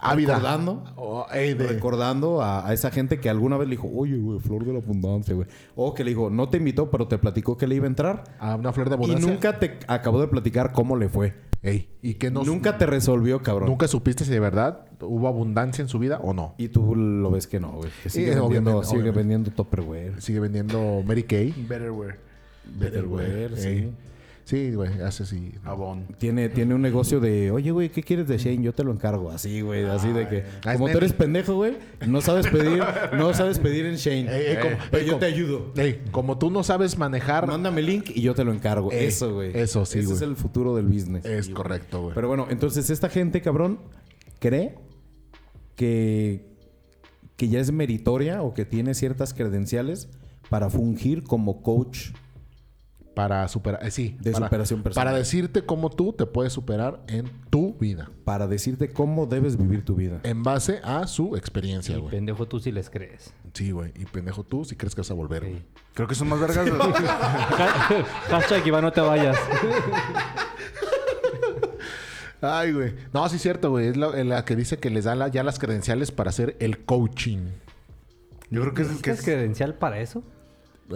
Speaker 4: Ávida.
Speaker 3: recordando,
Speaker 4: Oh, ey, de-
Speaker 3: recordando a, a esa gente que alguna vez le dijo, oye, güey, flor de la abundancia, güey. O que le dijo, no te invitó, pero te platicó que le iba a entrar.
Speaker 4: a una flor Ah, de
Speaker 3: Y
Speaker 4: abundancia.
Speaker 3: nunca te acabó de platicar cómo le fue.
Speaker 4: Ey, ¿y qué no?
Speaker 3: nunca te resolvió, cabrón.
Speaker 4: ¿Nunca supiste si de verdad hubo abundancia en su vida o no?
Speaker 3: Y tú lo ves que no, güey. Que sigue
Speaker 4: Eh,
Speaker 3: vendiendo,
Speaker 4: obviamente,
Speaker 3: sigue
Speaker 4: obviamente.
Speaker 3: vendiendo Tupperware.
Speaker 4: Sigue vendiendo Mary Kay.
Speaker 6: Betterware.
Speaker 3: Betterware, sí.
Speaker 4: Ey. Sí, güey, hace sí.
Speaker 6: Avon.
Speaker 3: Tiene, tiene un negocio de, oye, güey, ¿qué quieres de Shane? Yo te lo encargo. Así, güey, así de que.
Speaker 4: Ah,
Speaker 3: Como
Speaker 4: es
Speaker 3: tú eres pendejo, güey, no sabes pedir, no sabes pedir en Shane.
Speaker 4: Ey, ey, como-
Speaker 3: pero yo
Speaker 4: ey, Eh, como-
Speaker 3: te ayudo.
Speaker 4: Ey, como tú no sabes manejar,
Speaker 3: Mándame el link y yo te lo encargo.
Speaker 4: Ey,
Speaker 3: eso, güey.
Speaker 4: Eh, eso sí,
Speaker 3: Ese
Speaker 4: güey.
Speaker 3: es el futuro del business.
Speaker 4: es correcto, güey.
Speaker 3: Pero bueno, entonces esta gente, cabrón, cree que, que ya es meritoria o que tiene ciertas credenciales para fungir como coach.
Speaker 4: Para superar, eh, sí.
Speaker 3: De
Speaker 4: para-
Speaker 3: superación personal.
Speaker 4: Para decirte cómo tú te puedes superar en tu vida.
Speaker 3: Para decirte cómo debes vivir tu vida.
Speaker 4: En base a su experiencia,
Speaker 5: Y
Speaker 4: güey.
Speaker 5: pendejo, tú sí les crees.
Speaker 4: Sí, güey. Y pendejo tú si crees que vas a volver, güey.
Speaker 7: Creo que son más vergas. los-
Speaker 5: Ha- Hashtag Iván, no te vayas.
Speaker 4: Ay, güey. No, sí es cierto, güey. Es la, la que dice que les da la- ya las credenciales para hacer el coaching.
Speaker 7: Yo creo que es el que
Speaker 5: ¿Necesitas
Speaker 7: es.
Speaker 5: credencial para eso?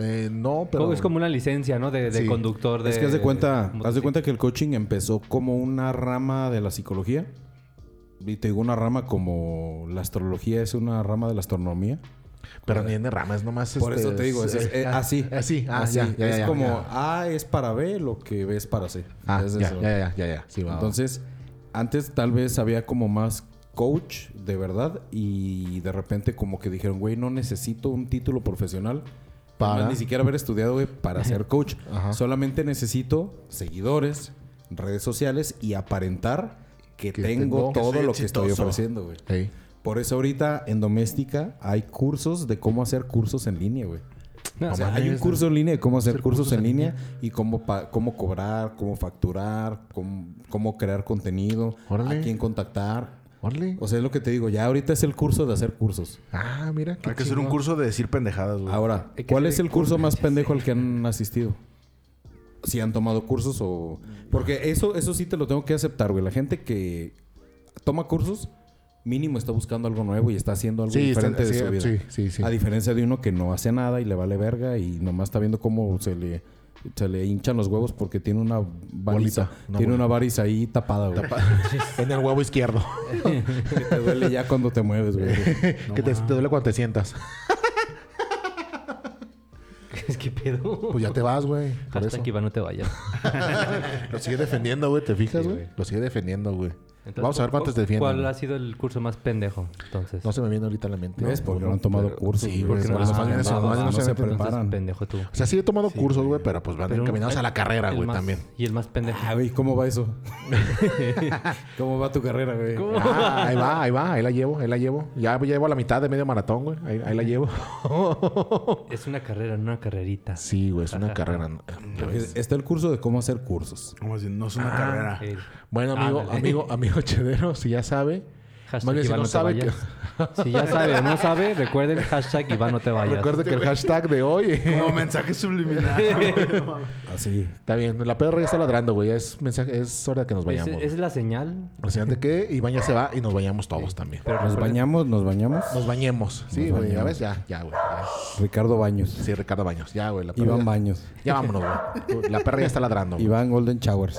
Speaker 4: Eh, no, pero...
Speaker 5: es como una licencia, ¿no? De, de
Speaker 4: Sí.
Speaker 5: conductor. De,
Speaker 3: es que haz de cuenta, haz de
Speaker 5: motocicleta.
Speaker 3: cuenta que el coaching empezó como una rama de la psicología. Y te digo una rama como la astrología es una rama de la astronomía.
Speaker 4: Pero ni en ramas, nomás...
Speaker 3: Por
Speaker 4: este,
Speaker 3: eso te digo, es, es- eh,
Speaker 4: ah,
Speaker 3: así.
Speaker 4: Así, ah, ya, ya,
Speaker 3: es
Speaker 4: ya,
Speaker 3: como
Speaker 4: ya.
Speaker 3: A es para B lo que B es para C.
Speaker 4: Ah,
Speaker 3: Es
Speaker 4: ya,
Speaker 3: eso.
Speaker 4: ya, ya, ya, ya. Sí, va, va.
Speaker 3: Entonces, antes tal vez había como más coach de verdad y de repente como que dijeron, güey, no necesito un título profesional
Speaker 4: Para-
Speaker 3: para ni siquiera haber estudiado güey, para ser coach.
Speaker 4: Ajá.
Speaker 3: Solamente necesito seguidores, redes sociales y aparentar que,
Speaker 4: Que
Speaker 3: tengo,
Speaker 4: tengo- que
Speaker 3: todo
Speaker 6: soy
Speaker 3: lo que estoy
Speaker 6: exitoso.
Speaker 3: ofreciendo, güey.
Speaker 4: Ey.
Speaker 3: Por eso ahorita en Doméstica hay cursos de cómo hacer cursos en línea, güey.
Speaker 5: No,
Speaker 3: O sea, hay un curso en línea de cómo hacer cursos, en línea, y cómo, pa- cómo cobrar, cómo facturar, cómo, cómo crear contenido,
Speaker 4: Órale.
Speaker 3: a quién contactar.
Speaker 4: Órale.
Speaker 3: O sea, es lo que te digo, ya ahorita es el curso de hacer cursos.
Speaker 4: Ah, mira. qué
Speaker 7: Hay que hacer un
Speaker 4: chingón. Ah,
Speaker 7: curso de decir pendejadas, güey.
Speaker 3: Ahora,
Speaker 5: Hay que
Speaker 3: ¿cuál
Speaker 5: hacer
Speaker 3: es el curso más pendejo al que han asistido? Si han tomado cursos o... Porque eso, eso sí te lo tengo que aceptar, güey. La gente que toma cursos, mínimo está buscando algo nuevo y está haciendo algo
Speaker 4: Sí, está-
Speaker 3: diferente de
Speaker 4: sí,
Speaker 3: su vida.
Speaker 4: sí, sí, sí.
Speaker 3: A diferencia de uno que no hace nada y le vale verga y nomás está viendo cómo se le, se le hinchan los huevos porque tiene una variza.
Speaker 4: Bolita, una
Speaker 3: tiene
Speaker 4: bolita.
Speaker 3: una variza ahí tapada, güey.
Speaker 4: pues, En el huevo izquierdo.
Speaker 3: que te duele ya cuando te mueves, güey.
Speaker 4: que te, te duele cuando te sientas.
Speaker 5: Es que pedo.
Speaker 4: Pues ya te vas, güey. Por eso.
Speaker 5: Hashtag Iván, no te vayas.
Speaker 4: Lo sigue defendiendo, güey. ¿Te fijas, güey? Lo sigue defendiendo, güey.
Speaker 5: Entonces,
Speaker 4: Vamos a ver
Speaker 5: ¿cu-
Speaker 4: cuántos defienden.
Speaker 5: ¿Cuál ha sido el curso más pendejo? Entonces,
Speaker 4: No se me viene ahorita a la mente.
Speaker 3: ¿Ves? Porque no han tomado cursos.
Speaker 4: Sí,
Speaker 3: güey.
Speaker 4: porque
Speaker 3: Por
Speaker 4: no
Speaker 3: eso
Speaker 4: han
Speaker 3: más bien eso,
Speaker 4: tomado,
Speaker 3: más bien no
Speaker 4: no
Speaker 3: se
Speaker 4: se
Speaker 5: entonces,
Speaker 3: preparan.
Speaker 5: pendejo tú.
Speaker 4: O sea, sí he tomado cursos, güey, pero pues van
Speaker 5: Pero un-
Speaker 4: encaminados a la carrera,
Speaker 5: el
Speaker 4: güey,
Speaker 5: más-
Speaker 4: también.
Speaker 5: Y el más pendejo.
Speaker 3: Ah, güey, ¿cómo va eso? ¿Cómo va tu carrera, güey?
Speaker 4: Ah, ahí va, ahí va, ahí la llevo, ahí la llevo. Ya llevo a la mitad de medio maratón, güey. Ahí, ahí la llevo.
Speaker 5: Es una carrera, no una carrerita.
Speaker 4: Sí, güey, es una carrera. ¿no?
Speaker 3: Porque Está el curso de cómo hacer cursos.
Speaker 7: Como si no es
Speaker 5: Ah,
Speaker 7: una carrera.
Speaker 5: El-
Speaker 4: Bueno, amigo,
Speaker 5: Ándale.
Speaker 4: amigo, amigo chedero, si ya sabe.
Speaker 5: Hashtag
Speaker 4: Más bien, si
Speaker 5: Iván
Speaker 4: no
Speaker 5: no te
Speaker 4: sabe que-
Speaker 5: vayas. Si ya sabe o no sabe, recuerden hashtag Iván no te vayas.
Speaker 4: Recuerde que el hashtag de hoy.
Speaker 7: Como mensaje subliminal.
Speaker 3: Así.
Speaker 4: Está bien, la perra ya está ladrando, güey. ya Es, mensaje, es hora de que nos
Speaker 5: Es,
Speaker 4: vayamos.
Speaker 5: Pues, es la señal.
Speaker 4: O sea, de que Iván ya se va y nos vayamos todos también.
Speaker 5: Pero
Speaker 3: Nos
Speaker 5: recuerden-
Speaker 3: bañamos, nos bañamos.
Speaker 4: Nos bañemos. Sí,
Speaker 3: Nos
Speaker 4: güey, ya
Speaker 3: bañemos.
Speaker 4: ves, ya, ya, güey. ya.
Speaker 3: Ricardo Baños.
Speaker 4: Sí, Ricardo Baños. Ya, güey, la perra.
Speaker 3: Iván
Speaker 4: ya-
Speaker 3: Baños.
Speaker 4: Ya vámonos, güey. La perra ya está ladrando. güey.
Speaker 3: Iván Golden Showers.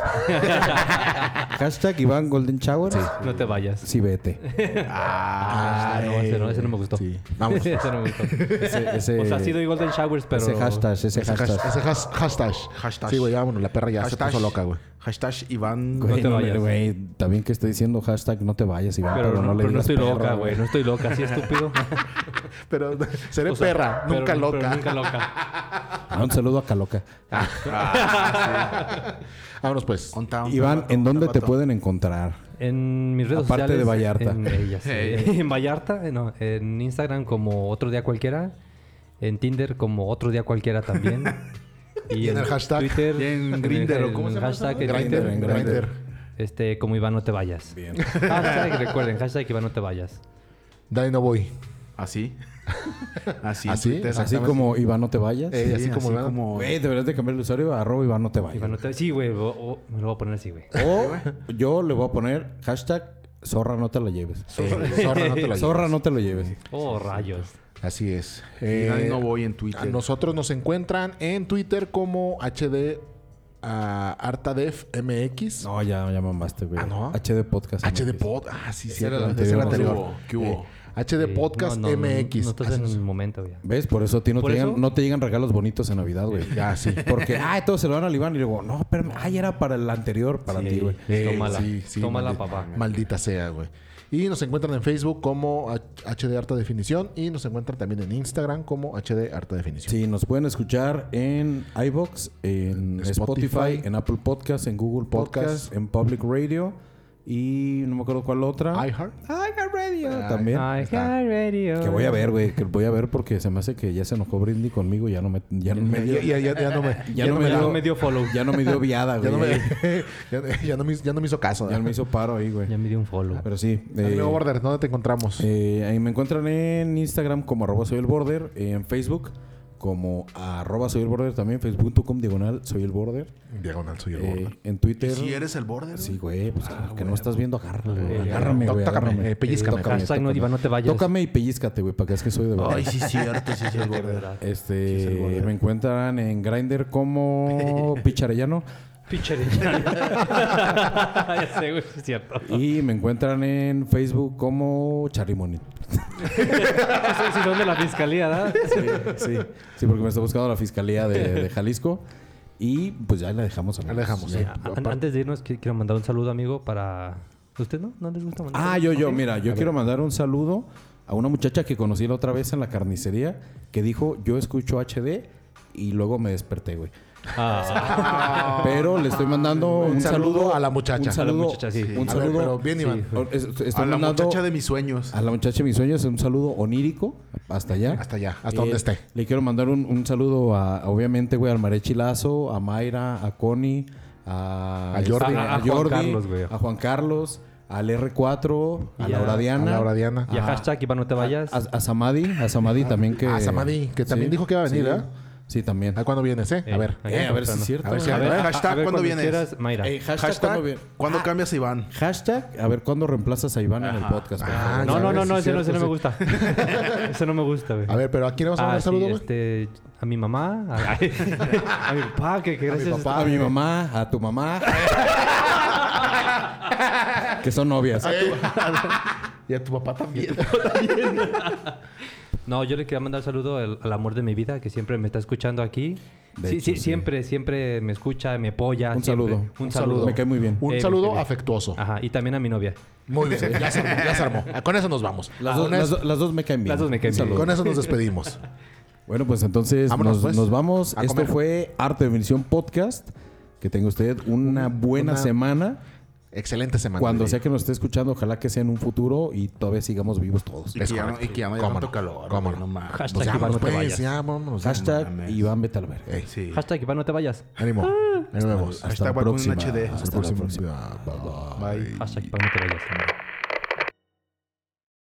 Speaker 3: Hashtag Iván Golden Showers.
Speaker 5: No te vayas.
Speaker 3: Sí, vete.
Speaker 5: Ah, no, ese no, ese no me gustó.
Speaker 4: Sí. Vámonos. pues.
Speaker 5: ese no me gustó.
Speaker 3: Ese, ese-
Speaker 5: O sea, ha sido igual del Showers, pero.
Speaker 3: ese hashtag, ese,
Speaker 4: Ese,
Speaker 3: hashtag.
Speaker 4: has- ese Ah, has- hashtag.
Speaker 7: Hashtag.
Speaker 4: Sí, güey, ya vámonos. La perra ya se puso loca, güey.
Speaker 7: Hashtag Iván.
Speaker 3: Güey,
Speaker 5: te
Speaker 3: no,
Speaker 5: vayas.
Speaker 3: güey, también que estoy diciendo hashtag no te vayas, Iván, pero, no, le
Speaker 5: pero no
Speaker 3: digas
Speaker 5: estoy
Speaker 3: perro,
Speaker 5: loca, güey. No estoy loca, así estúpido.
Speaker 4: Pero seré
Speaker 5: O sea,
Speaker 4: perra,
Speaker 5: pero-
Speaker 4: nunca
Speaker 5: pero
Speaker 4: loca.
Speaker 5: nunca loca.
Speaker 3: Ah, un saludo a Caloca.
Speaker 5: Ah,
Speaker 4: Vámonos, pues.
Speaker 3: Iván, ¿en dónde te pueden encontrar?
Speaker 5: En mis redes
Speaker 3: Aparte de
Speaker 5: sociales.
Speaker 3: Vallarta.
Speaker 5: En, eh, ya sé. En Vallarta, eh, no. En Instagram como otro día cualquiera. En Tinder como otro día cualquiera también. Y,
Speaker 4: en el hashtag.
Speaker 5: Twitter.
Speaker 7: Y en Grindr, ¿o cómo
Speaker 5: en
Speaker 7: se llama esa
Speaker 5: hashtag, en
Speaker 7: madre?
Speaker 5: Twitter,
Speaker 3: Grindr, en
Speaker 4: Grindr.
Speaker 5: Este, como Iván no te vayas. Bien. Hashtag, recuerden, hashtag Iván no te vayas.
Speaker 4: Dani no voy.
Speaker 7: Así. Así.
Speaker 3: ¿Ah,
Speaker 4: ¿Así?
Speaker 3: Así como Iván no te vayas.
Speaker 4: Eh, así como Iván.
Speaker 3: Güey, deberías de cambiar el usuario a arroba Iván no te vayas.
Speaker 5: Iván no te... Sí, güey. o- o- me lo voy a poner así, güey.
Speaker 3: O yo le voy a poner hashtag zorra no te lo lleves.
Speaker 4: Eh, zorra, no te la
Speaker 3: Zorra no te lo lleves.
Speaker 5: Oh, rayos.
Speaker 4: Así es.
Speaker 7: Y
Speaker 4: Eh,
Speaker 7: Dani no voy en
Speaker 4: a
Speaker 7: Twitter.
Speaker 4: nosotros nos encuentran en Twitter como HD ah, Artadef MX.
Speaker 3: No, ya, ya mamaste, güey.
Speaker 4: Ah, ¿no?
Speaker 3: HD Podcast.
Speaker 4: HD
Speaker 3: MX.
Speaker 4: Pod. Ah, sí, sí.
Speaker 3: Ese era el
Speaker 7: anterior. ¿Qué hubo? ¿Qué hubo?
Speaker 4: HD
Speaker 5: Eh,
Speaker 4: Podcast
Speaker 5: no, no, no,
Speaker 4: MX.
Speaker 5: No, estás
Speaker 4: Así
Speaker 5: en
Speaker 4: nos-
Speaker 5: el momento, ya.
Speaker 3: ¿Ves? Por eso a ti no,
Speaker 5: ¿Por
Speaker 3: te,
Speaker 5: eso?
Speaker 3: Llegan, no te llegan regalos bonitos en Navidad, güey.
Speaker 4: Ya, sí.
Speaker 3: Porque, ah, todos se lo dan al Iván. Y luego, no, pero, ay, era para el anterior, para ti, güey.
Speaker 4: Eh,
Speaker 5: Tómala. Tómala,
Speaker 4: maldi-
Speaker 5: papá.
Speaker 4: Maldita sea, güey. Y nos encuentran en Facebook como H- HD Harta Definición y nos encuentran también en Instagram como HD Harta Definición.
Speaker 3: Sí, nos pueden escuchar en iBox, en Spotify,
Speaker 4: Spotify,
Speaker 3: en Apple Podcast, en Google Podcast,
Speaker 4: Podcast.
Speaker 3: en Public Radio y no me acuerdo cuál otra.
Speaker 4: Ah, iHeart.
Speaker 3: Radio también.
Speaker 5: Ay, hi, radio.
Speaker 3: Que voy a ver, güey, que voy a ver porque se me hace que ya se enojó Brindy conmigo, ya no me ya no me dio
Speaker 4: Ya, ya- ya- ya no me, ya,
Speaker 3: ya no me
Speaker 5: Ya
Speaker 3: dio-
Speaker 5: no me dio follow.
Speaker 3: ya no me dio viada, güey.
Speaker 4: no me, Eh, ya- ya no me hizo- ya no me hizo caso.
Speaker 3: Ya no me hizo paro ahí, güey.
Speaker 5: Ya me dio un follow.
Speaker 3: Pero sí, eh,
Speaker 4: Amigo Border, ¿dónde te encontramos?
Speaker 3: eh, ahí me encuentran en Instagram como arroba soy el border, en Facebook como arroba soy el border también, facebook.com diagonal soy el border,
Speaker 4: Diagonal soy el
Speaker 3: eh,
Speaker 4: Border.
Speaker 3: en Twitter.
Speaker 7: Si eres el border.
Speaker 3: Sí, güey, pues claro que no estás viendo, agárralo, güey.
Speaker 5: Eh,
Speaker 3: Agárrame,
Speaker 4: no,
Speaker 3: güey.
Speaker 4: tócame,
Speaker 3: agárrame.
Speaker 4: eh, pellízcame.
Speaker 3: Tócame,
Speaker 5: Hashtag no,
Speaker 3: tócame.
Speaker 5: Iván, no te vayas.
Speaker 3: Tócame y pellízcate, güey, para que es que soy de verdad.
Speaker 7: Ay, sí, cierto. Sí, sí, el border.
Speaker 3: Este, me encuentran en Grinder como Picharellano
Speaker 5: Pinche de- ya sé, güey, sí es cierto.
Speaker 3: y me encuentran en Facebook como Charly Monin.
Speaker 5: Eso sí son de la fiscalía, ¿verdad?
Speaker 3: Sí, sí, porque me está buscando la fiscalía de, de Jalisco y pues ya la dejamos. amigos.
Speaker 4: Ahí la dejamos.
Speaker 3: Ya.
Speaker 4: sí.
Speaker 5: An- Antes de irnos, qui- quiero mandar un saludo, amigo, para. ¿Usted no? ¿No les gusta mandar?
Speaker 3: Ah, yo, yo, mira, yo quiero mandar un saludo a una muchacha que conocí la otra vez en la carnicería que dijo, yo escucho HD y luego me desperté, güey.
Speaker 5: Ah,
Speaker 3: Pero le estoy mandando un,
Speaker 4: saludo
Speaker 3: saludo,
Speaker 4: a la muchacha.
Speaker 3: Un
Speaker 5: a la
Speaker 3: saludo,
Speaker 5: muchacha, sí.
Speaker 3: un
Speaker 4: A ver,
Speaker 3: saludo.
Speaker 4: pero bien, Iván.
Speaker 3: O- es- estoy
Speaker 7: A la
Speaker 3: mandando
Speaker 7: muchacha de mis sueños.
Speaker 3: a la muchacha de mis sueños un saludo onírico hasta allá. Eh,
Speaker 4: Hasta allá, hasta donde esté.
Speaker 3: Le quiero mandar un, un saludo a, obviamente, güey, al Marechi Lazo, a Mayra, a Connie, a, este,
Speaker 4: A Jordi.
Speaker 3: a,
Speaker 5: A- a Juan
Speaker 3: Jordi,
Speaker 5: Carlos, güey.
Speaker 3: a Juan Carlos, al R4, a
Speaker 5: Y a-
Speaker 3: Laura Diana.
Speaker 4: A Laura Diana.
Speaker 3: Ah.
Speaker 5: y a hashtag Iván, no te vayas.
Speaker 3: A, a Samadhi, a Samadhi también que...
Speaker 4: a Samadhi, que también dijo que iba a
Speaker 3: sí.
Speaker 4: venir, ¿verdad?
Speaker 3: Sí, también.
Speaker 4: ¿A cuándo vienes, eh?
Speaker 5: Eh,
Speaker 4: A ver.
Speaker 5: ahí
Speaker 3: Eh, a ver si
Speaker 5: encontrando.
Speaker 3: es cierto.
Speaker 4: A ver si-
Speaker 5: A ver, a- a
Speaker 7: hashtag,
Speaker 5: ver,
Speaker 7: ¿cuándo
Speaker 5: cuando
Speaker 7: vienes?
Speaker 5: quieras, Mayra.
Speaker 3: Ey, Eh, hashtag,
Speaker 7: Hashtag,
Speaker 3: ¿cuándo viene?
Speaker 7: ¿cuándo cambias a Iván?
Speaker 3: Hashtag, a ver, ¿cuándo reemplazas a Iván en el podcast? por favor?
Speaker 4: Ah,
Speaker 5: No, no,
Speaker 4: ya
Speaker 5: no,
Speaker 4: ves,
Speaker 5: no,
Speaker 4: sí,
Speaker 5: ese no, ese no me
Speaker 4: cierto,
Speaker 5: gusta. Ese no me gusta, güey.
Speaker 4: A ver, pero ¿a quién le vamos a
Speaker 5: Ah,
Speaker 4: mandar
Speaker 5: sí,
Speaker 4: saludo, güey?
Speaker 5: este, a mi mamá, a, a mi papá, que, que gracias.
Speaker 3: papá, a mi mamá, a tu mamá. que son novias.
Speaker 4: Y a tu papá también.
Speaker 5: No, yo le quería mandar saludo al, al amor de mi vida, que siempre me está escuchando aquí.
Speaker 3: De
Speaker 5: sí,
Speaker 3: hecho, sí.
Speaker 5: sí, siempre, siempre me escucha, me apoya.
Speaker 3: Un
Speaker 5: siempre.
Speaker 3: saludo.
Speaker 5: Un saludo.
Speaker 3: Me cae muy bien.
Speaker 4: Un
Speaker 5: Eh,
Speaker 4: saludo
Speaker 5: eh,
Speaker 4: afectuoso.
Speaker 5: Ajá, y también a mi novia.
Speaker 4: Muy bien, ya se armó, ya se armó. Con eso nos vamos.
Speaker 3: Las, dos,
Speaker 4: Con
Speaker 3: las
Speaker 4: eso-
Speaker 3: do- las dos me caen bien.
Speaker 5: Las dos me caen
Speaker 3: Un
Speaker 5: bien.
Speaker 3: saludo.
Speaker 4: con eso nos despedimos.
Speaker 3: Bueno, pues entonces
Speaker 4: Vámonos,
Speaker 3: nos,
Speaker 4: pues,
Speaker 3: nos vamos.
Speaker 4: a
Speaker 3: Esto
Speaker 4: comer.
Speaker 3: fue Arte de Definición Podcast. Que tenga usted una buena
Speaker 4: una-
Speaker 3: semana.
Speaker 4: Excelente semana.
Speaker 3: Cuando
Speaker 4: Sí.
Speaker 3: sea que nos esté escuchando, ojalá que sea en un futuro y todavía sigamos vivos todos.
Speaker 6: Y que, ya, no- y que ya no haya
Speaker 4: Cómo
Speaker 6: tanto
Speaker 4: no,
Speaker 6: calor.
Speaker 4: cómo
Speaker 6: güey,
Speaker 4: no.
Speaker 6: mames.
Speaker 5: Hashtag
Speaker 6: Pues
Speaker 5: Iván,
Speaker 6: vámonos,
Speaker 5: no te
Speaker 6: pues,
Speaker 5: vayas.
Speaker 6: ya, vámonos, ya,
Speaker 3: Hashtag
Speaker 6: mames.
Speaker 3: Iván vete al ver.
Speaker 4: Ey,
Speaker 6: Sí.
Speaker 5: Hashtag Iván, no te vayas.
Speaker 4: ánimo. Ahí nos vemos.
Speaker 3: Hasta
Speaker 6: Hashtag
Speaker 3: la
Speaker 6: vacuna
Speaker 3: próxima.
Speaker 6: HD.
Speaker 3: Hasta
Speaker 6: Hasta
Speaker 3: la próxima.
Speaker 6: Bye.
Speaker 5: Hashtag Iván, no te vayas.